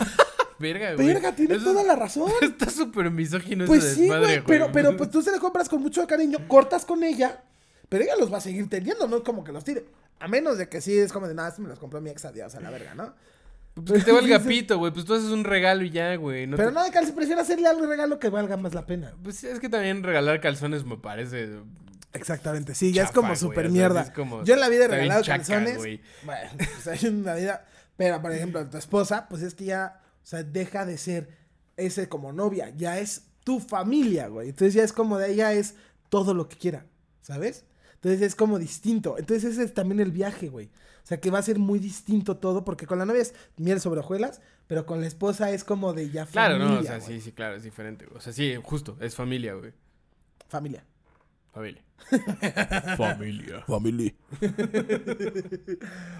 Speaker 1: Verga, güey.
Speaker 2: verga, tiene
Speaker 1: Eso
Speaker 2: toda
Speaker 1: es-
Speaker 2: la razón,
Speaker 1: Está súper misógino
Speaker 2: pues
Speaker 1: ese
Speaker 2: sí,
Speaker 1: desmadre,
Speaker 2: güey, pero, pero pues tú se le compras con mucho cariño, cortas con ella, pero ella los va a seguir teniendo, no es como que los tire, a menos de que sí, es como de, nada, si me los compró mi ex, adiós, a la verga, ¿no?
Speaker 1: Pues que te valga pito, güey. Pues tú haces un regalo y ya, güey. No
Speaker 2: Pero
Speaker 1: te-
Speaker 2: no de calcio, prefiero hacerle algo regalo que valga más la pena.
Speaker 1: Pues es que también regalar calzones me parece.
Speaker 2: Exactamente, sí, ya es
Speaker 1: chafa,
Speaker 2: como
Speaker 1: güey, o
Speaker 2: super
Speaker 1: sea,
Speaker 2: mierda.
Speaker 1: es como-
Speaker 2: Yo en la vida he
Speaker 1: está bien
Speaker 2: regalado
Speaker 1: chaca,
Speaker 2: calzones.
Speaker 1: güey.
Speaker 2: Bueno, pues hay una vida. Pero, por ejemplo, tu esposa, pues es que ya, o sea, deja de ser ese como novia, ya es tu familia, güey. Entonces ya es como de ella es todo lo que quiera, ¿sabes? Entonces es como distinto. Entonces ese es también el viaje, güey. O sea, que va a ser muy distinto todo, porque con la novia es miel sobre hojuelas, pero con la esposa es como de ya
Speaker 1: Claro,
Speaker 2: familia.
Speaker 1: no, o sea,
Speaker 2: güey.
Speaker 1: sí, sí, claro, es diferente. güey. O sea, sí, justo, es familia, güey.
Speaker 2: Familia.
Speaker 1: Familia. familia.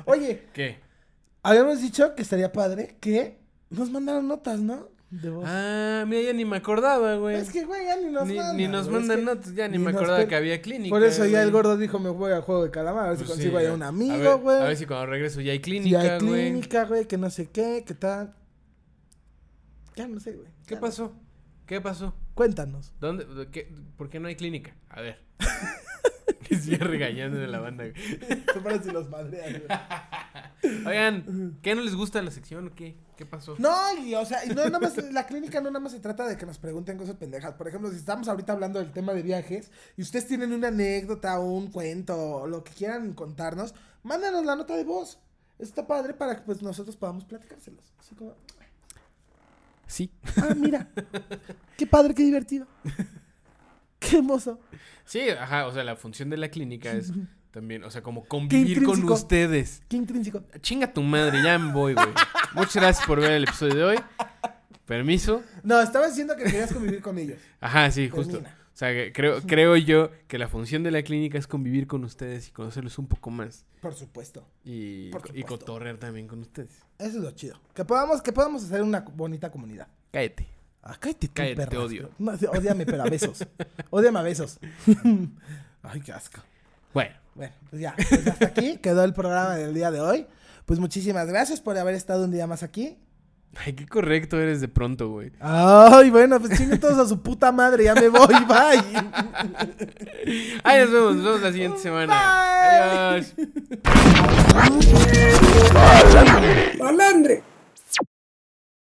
Speaker 2: Oye,
Speaker 1: ¿Qué?
Speaker 2: Habíamos dicho que estaría padre que nos mandaran notas, ¿no? De voz.
Speaker 1: Ah, mira, ya ni me acordaba, güey.
Speaker 2: Pues- es que, güey, ya ni nos
Speaker 1: ni,
Speaker 2: mandan.
Speaker 1: ni nos
Speaker 2: güey, es
Speaker 1: mandan
Speaker 2: que
Speaker 1: notas, ya ni, me
Speaker 2: nos
Speaker 1: acordaba
Speaker 2: per-
Speaker 1: que había clínica.
Speaker 2: Por eso ya
Speaker 1: güey.
Speaker 2: el gordo dijo, me voy a juego de calamar, a ver si
Speaker 1: Pues sí,
Speaker 2: consigo ahí
Speaker 1: güey.
Speaker 2: un
Speaker 1: A
Speaker 2: amigo,
Speaker 1: ver-
Speaker 2: güey.
Speaker 1: A ver si cuando regreso ya
Speaker 2: Si
Speaker 1: hay
Speaker 2: hay
Speaker 1: clínica, güey.
Speaker 2: clínica, güey, que no sé qué, qué tal. Ya no sé, güey.
Speaker 1: ¿Qué
Speaker 2: Ya no-
Speaker 1: pasó? ¿Qué pasó?
Speaker 2: Cuéntanos.
Speaker 1: ¿Dónde? de qué- ¿Por qué no hay clínica? A ver. Que sigue regañando de la banda, güey.
Speaker 2: Te parece si los madrean, güey.
Speaker 1: Oigan, ¿qué no les gusta la sección o qué? ¿Qué pasó?
Speaker 2: No, y o sea, y no nada más, la clínica no nada más se trata de que nos pregunten cosas pendejas. Por ejemplo, si estamos ahorita hablando del tema de viajes y ustedes tienen una anécdota o un cuento o lo que quieran contarnos, mándanos la nota de voz. Está padre para que pues nosotros podamos platicárselos. Así como,
Speaker 1: Sí.
Speaker 2: ah, mira, qué padre, qué divertido. Qué hermoso.
Speaker 1: Sí, ajá, o sea, la función de la clínica es también, o sea, como convivir con
Speaker 2: intrínseco.
Speaker 1: ustedes.
Speaker 2: Qué intrínseco.
Speaker 1: Chinga tu madre, ya me voy, güey. Muchas gracias por ver el episodio de hoy. Permiso.
Speaker 2: No, estaba diciendo que querías convivir con ellos.
Speaker 1: Ajá, sí, justo.
Speaker 2: Termina.
Speaker 1: O sea, que creo, creo yo que la función de la clínica es convivir con ustedes y conocerlos un poco más.
Speaker 2: Por supuesto.
Speaker 1: Y,
Speaker 2: Por
Speaker 1: y
Speaker 2: supuesto.
Speaker 1: cotorrear también con ustedes.
Speaker 2: Eso es lo chido. Que podamos, que podamos hacer una bonita comunidad.
Speaker 1: Cállate.
Speaker 2: Ah, cállate tú,
Speaker 1: Cállate,
Speaker 2: perra.
Speaker 1: te odio.
Speaker 2: No, sí, ódiame, pero a besos. Ódiame a besos. Ay, qué asco.
Speaker 1: Bueno.
Speaker 2: Bueno, pues ya. pues hasta aquí quedó el programa del día de hoy. Pues muchísimas gracias por haber estado un día más aquí.
Speaker 1: Ay, qué correcto eres de pronto, güey.
Speaker 2: Ay, bueno, pues chinguen todos a su puta madre, ya me voy, bye.
Speaker 1: Ay, nos vemos, nos vemos la siguiente semana. Adiós.
Speaker 8: Palandre.